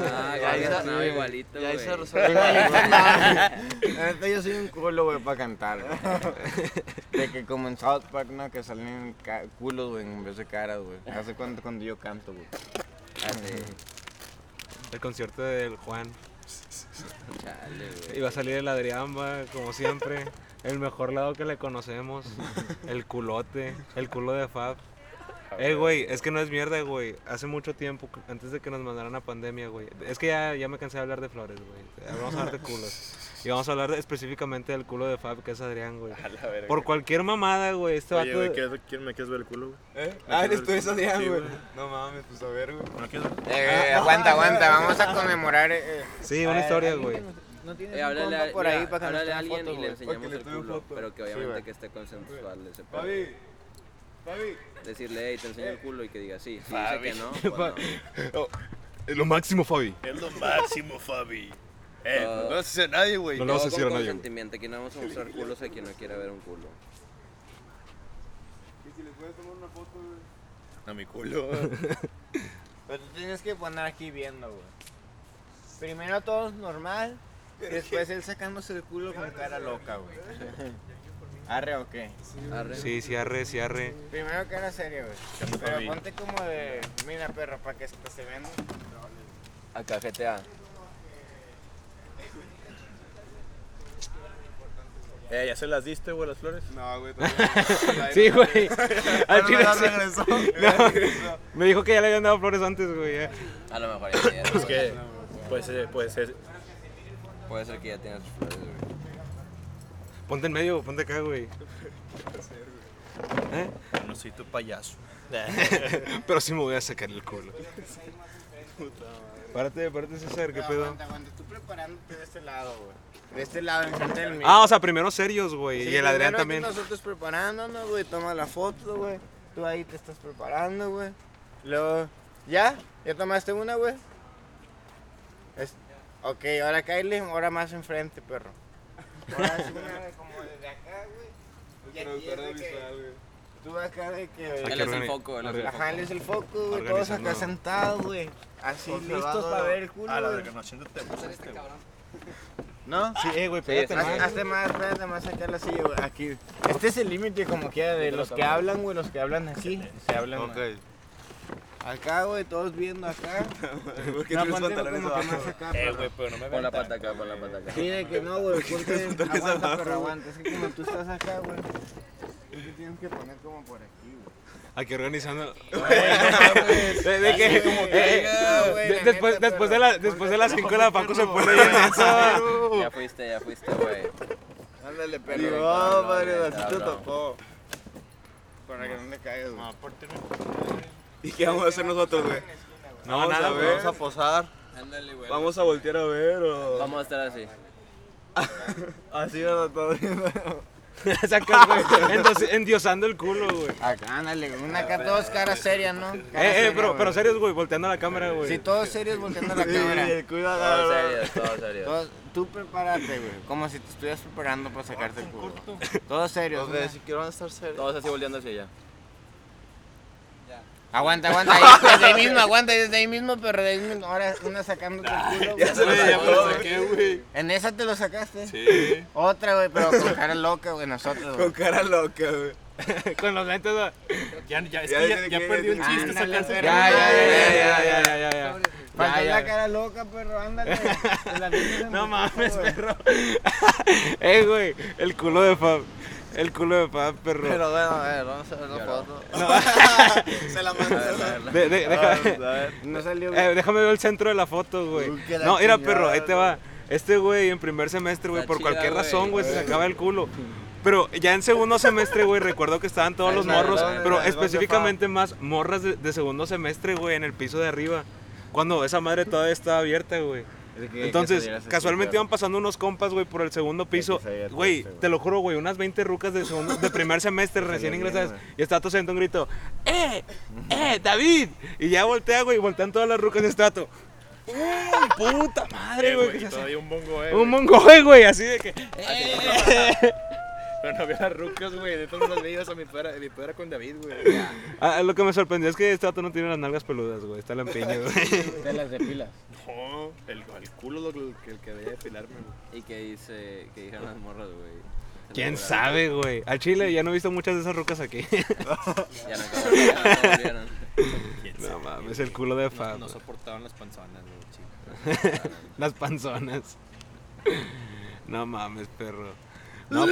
S5: Ah, ya
S4: ahí
S5: sonaba
S4: sonaba
S5: igualito,
S19: ya ahí
S5: güey.
S19: se resolvió.
S4: Igualito, no. Yo soy un culo, güey, para cantar. güey. De que como en South Park, ¿no? Que salen ca- culos, güey, en vez de caras, güey. Hace cuando, cuando yo canto, güey.
S5: Ah,
S3: El concierto del Juan.
S5: Chale, güey.
S3: Iba a salir el Adrián, va, como siempre. El mejor lado que le conocemos. El culote. El culo de Fab. Eh, güey, es que no es mierda, güey. Hace mucho tiempo, antes de que nos mandaran a pandemia, güey. Es que ya, ya me cansé de hablar de flores, güey. Vamos a hablar de culos. Y vamos a hablar de- específicamente del culo de Fab, que es Adrián, güey.
S12: la verga.
S3: Por cualquier mamada, güey. Este
S12: Oye,
S3: vato.
S12: güey, ¿quieres- quién- ¿me quieres ver el culo, güey?
S17: ¿Eh?
S12: ¿Me
S17: Ah,
S12: quieres
S17: eres tú,
S12: ver el
S17: es
S12: culo?
S17: Adrián,
S12: Sí,
S17: güey. No mames, pues a ver, güey.
S12: ¿No quieres ver?
S5: Ah,
S4: Eh, aguanta, aguanta, vamos a conmemorar. eh, eh.
S3: Sí, una
S4: ver,
S12: Ah,
S3: historia,
S4: ahí,
S3: güey.
S4: no- no tienes
S5: Eh,
S4: un
S5: háblale
S4: compa
S5: a-
S4: por
S5: mira,
S4: ahí para que nos
S5: háblale a
S4: tome
S5: alguien
S4: foto,
S5: y le
S4: güey?
S5: enseñamos
S4: Porque le
S5: el
S4: tome
S5: culo,
S4: foto.
S5: pero
S4: Sí,
S5: que obviamente
S4: güey.
S5: que esté consensual ese pedo.
S4: Fabi, Fabi.
S5: Decirle, hey, te enseño el culo y que diga sí. Si dice
S20: Eh. Fabi.
S5: que no, pues no.
S3: Oh, es lo máximo, Fabi.
S20: Es lo máximo, Fabi. Eh,
S5: Ah.
S20: no lo haces a nadie, güey.
S3: No lo vas a decir a
S5: Con
S3: nadie, güey.
S5: consentimiento, aquí no vamos a mostrar culos a quien no quiera ver un culo.
S17: Que si les puedes tomar una foto, güey.
S20: A mi culo.
S4: Pero tú tienes que poner aquí viendo, güey. Primero todos normal, y después él sacándose el culo con cara loca, güey. ¿Arre o qué?
S3: Sí, sí, arre, sí, arre.
S4: Primero cara seria, güey.
S3: Canta
S4: Pero
S3: bien.
S4: ponte como de, mira perro, para que esto se venda.
S5: Acá GTA.
S2: Eh, ¿ya se las diste, güey, las flores?
S17: No, güey,
S3: Sí, güey. Al
S2: Al
S3: chile
S2: final
S3: sí. No, me dijo que ya le habían dado flores antes, güey. ya.
S5: A lo mejor ya tienes.
S2: Es que, pues, eh, pues, es...
S5: Puede ser que ya tengas tus flores, güey.
S3: Ponte en medio, ponte acá, güey. ¿Eh?
S2: No soy tu payaso.
S3: Pero sí me voy a sacar el culo. Párate, párate, César, ¿qué pedo?
S4: Aguanta, aguanta, tú preparándote de este lado, güey. De este lado, enfrente del mío.
S3: Ah, o sea, primero serios, güey.
S4: Sí,
S3: y el Adrián
S4: primero
S3: también.
S4: aquí Nosotros preparándonos, güey, toma la foto, güey. Tú ahí te estás preparando, güey. Luego, ¿ya? ¿Ya tomaste una, güey? Es- Ok, ahora cáele, ahora más enfrente, perro. Ahora es una como de acá, güey. Y aquí es de que Tú acá de que...
S17: Él es el organi- foco, él es el foco.
S4: Ajá, él es el foco, güey. Todos acá
S17: Organizando.
S4: sentados, güey. Así listos para ver el culo,
S2: A Ah, la
S4: güey.
S2: verga, no, siéntate, pusiste, este, güey.
S4: ¿No?
S2: Sí, eh, güey, pégate
S4: Haz-
S2: más.
S4: Hazte más, pégate más acá la silla, güey. Aquí. Este es el límite como quiera de los que hablan, güey, los que hablan así. Se hablan.
S17: Ok.
S4: güey. Acá, güey, todos viendo acá.
S17: ¿Por qué tienes
S4: ponte
S17: pantalones
S4: como que
S17: abajo?
S4: más acá,
S17: Eh,
S4: perro.
S17: güey, pero no me
S5: Pon la pata acá, pon la pata acá.
S4: Sí, de que no, güey, ponte.
S17: pantalones
S4: Aguanta,
S17: abajo,
S4: pero
S17: güey?
S4: aguanta. Es que como tú estás acá, güey. Tú te tienes que poner como por aquí, güey.
S3: Aquí organizando.
S4: mames.
S3: de, de que,
S4: Así como que
S3: eh, eh,
S4: diga, güey,
S3: de-
S4: la
S3: después,
S4: neta,
S3: después de
S4: pero
S3: la, después de las 5 la Paco se pone Uh.
S5: Ya fuiste, ya fuiste, güey. "Oh,
S4: Ándale,
S5: perro.
S4: No, padre,
S5: Cabrón,
S4: así te
S5: cabrón.
S4: tocó. Para que no me caigas, güey.
S21: ¿Y qué vamos a hacer nosotros, güey?
S3: No,
S21: vamos
S5: nada,
S21: a
S5: güey,
S21: ver.
S5: vamos a
S21: posar.
S5: Ándale, güey.
S21: Vamos a voltear a ver o.
S5: Vamos a estar así.
S21: Así, ¿verdad? Todo
S3: Sacas, güey. endos- Endiosando el culo, güey.
S4: Acá, ándale, una acá, todos caras serias, ¿no? Caras
S3: Eh, eh,
S4: serias,
S3: pero,
S4: güey.
S3: pero serios, güey, volteando la cámara, güey.
S4: Sí, todos serios volteando la
S3: Sí,
S4: cámara.
S3: cuidado. Todos serios,
S5: todos serios.
S4: tú prepárate, güey. Como si te estuvieras preparando para sacarte el culo. Todos serios.
S7: Los de
S4: una.
S7: si quiero van a estar serios.
S5: Todos así volteando hacia allá.
S4: Aguanta, aguanta. ahí, Desde ahí mismo, aguanta. Desde ahí mismo, pero de ahí mismo. Ahora una sacándote el culo.
S7: ya
S4: güey.
S7: se lo
S4: Otra,
S7: llevó,
S4: güey.
S7: saqué, güey.
S4: En esa te lo sacaste.
S7: Sí.
S4: Otra, güey, pero con cara loca, güey, nosotros.
S21: Con cara loca, güey.
S3: Con los lentes, güey.
S2: Ya, ya,
S4: es que ya- ya perdió el chiste
S10: Ah,
S4: sacarse el culo. Faltó la cara loca, perro, ándale. Te la tienes en
S3: No
S4: el culo,
S3: mames,
S4: güey.
S3: perro. eh, güey, el culo de Fab. El culo de Fab, perro.
S7: Pero bueno, a ver, vamos a ver la foto.
S4: Se la mandó.
S3: mandó. De- de- deja-
S7: Vamos a ver.
S4: No salió
S3: Eh, déjame ver el centro de la foto, güey.
S7: Uy, que la
S3: No, mira,
S7: chingada,
S3: perro, ahí te va. Este güey en primer semestre, güey,
S7: Está
S3: por
S7: chida,
S3: cualquier
S7: güey.
S3: razón, güey, se sacaba el culo. Pero ya en segundo semestre, güey, recuerdo que estaban todos
S7: Ahí
S3: los
S7: está, ahí
S3: morros,
S7: está, ahí
S3: pero
S7: está, ahí está.
S3: específicamente más morras de, de segundo semestre, güey, en el piso de arriba. Cuando esa madre todavía estaba abierta, güey.
S7: que- que
S3: Entonces,
S7: salieras así,
S3: casualmente
S7: perro.
S3: iban pasando unos compas, güey, por el segundo piso. Güey, te lo juro, güey, unas 20 rucas de, segundo, de primer semestre recién
S7: bien,
S3: ingresadas. Y está tosiendo un grito, ¡eh! ¡eh, David! Y ya voltea, güey, y voltean todas las rucas de este vato. ¡Uy, puta madre,
S2: Eh,
S3: güey!
S2: güey,
S3: que se
S2: todavía
S3: hace-
S2: un bongo, eh,
S3: Un
S2: güey.
S3: mongol, güey, así de que. "Eh".
S2: "Ah, Pero no había las rucas, güey. De todos los videos a mi fuera, mi fuera con David, güey.
S3: Ah, lo que me sorprendió es que este vato no tiene las nalgas peludas, güey. Está lampiño, güey.
S2: Te las depilas. No, el, el culo lo, lo- que el que debía depilarme, güey.
S5: ¿Y qué dice? ¿Qué dijeron las morras, güey?
S3: ¿Quién sabe, güey? Al Chile ya no he visto muchas de esas rucas aquí.
S5: Ya no acabaron, ya no volvieron.
S3: no, mames, el culo de
S2: No,
S3: Fab.
S2: no
S3: güey.
S2: soportaban las panzonas, güey, chicos.
S3: Las panzonas. No mames, perro. No,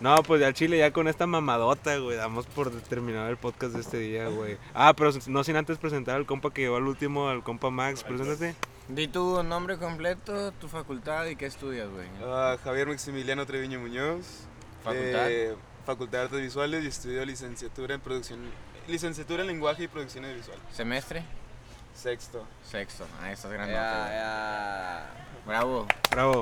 S3: no, pues al chile ya con esta mamadota, güey, damos por terminado el podcast de este día, güey. Ah, pero no sin antes presentar al compa que llegó al último, al compa Max, preséntate.
S4: Di tu nombre completo, tu facultad y qué estudias, güey.
S17: Ah, Javier Maximiliano Treviño Muñoz.
S4: Facultad.
S17: de Facultad de Artes Visuales y estudio licenciatura en producción. Licenciatura en lenguaje y producciones visuales.
S4: ¿Semestre? pues,
S17: Sexto.
S5: Eh,
S4: Sexto. Ah, estás grande.
S17: Ya,
S4: Bravo.
S3: Bravo.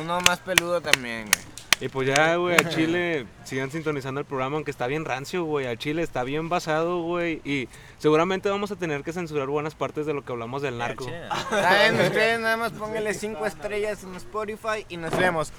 S4: Uno más peludo también, güey.
S3: Y pues ya, güey, a Chile sigan sintonizando el programa, aunque está bien rancio, güey. A Chile está bien basado, güey. Y seguramente vamos a tener que censurar buenas partes de lo que hablamos del narco.
S4: ¿Saben ustedes? Nada más pónganle 5 estrellas en Spotify y nos vemos.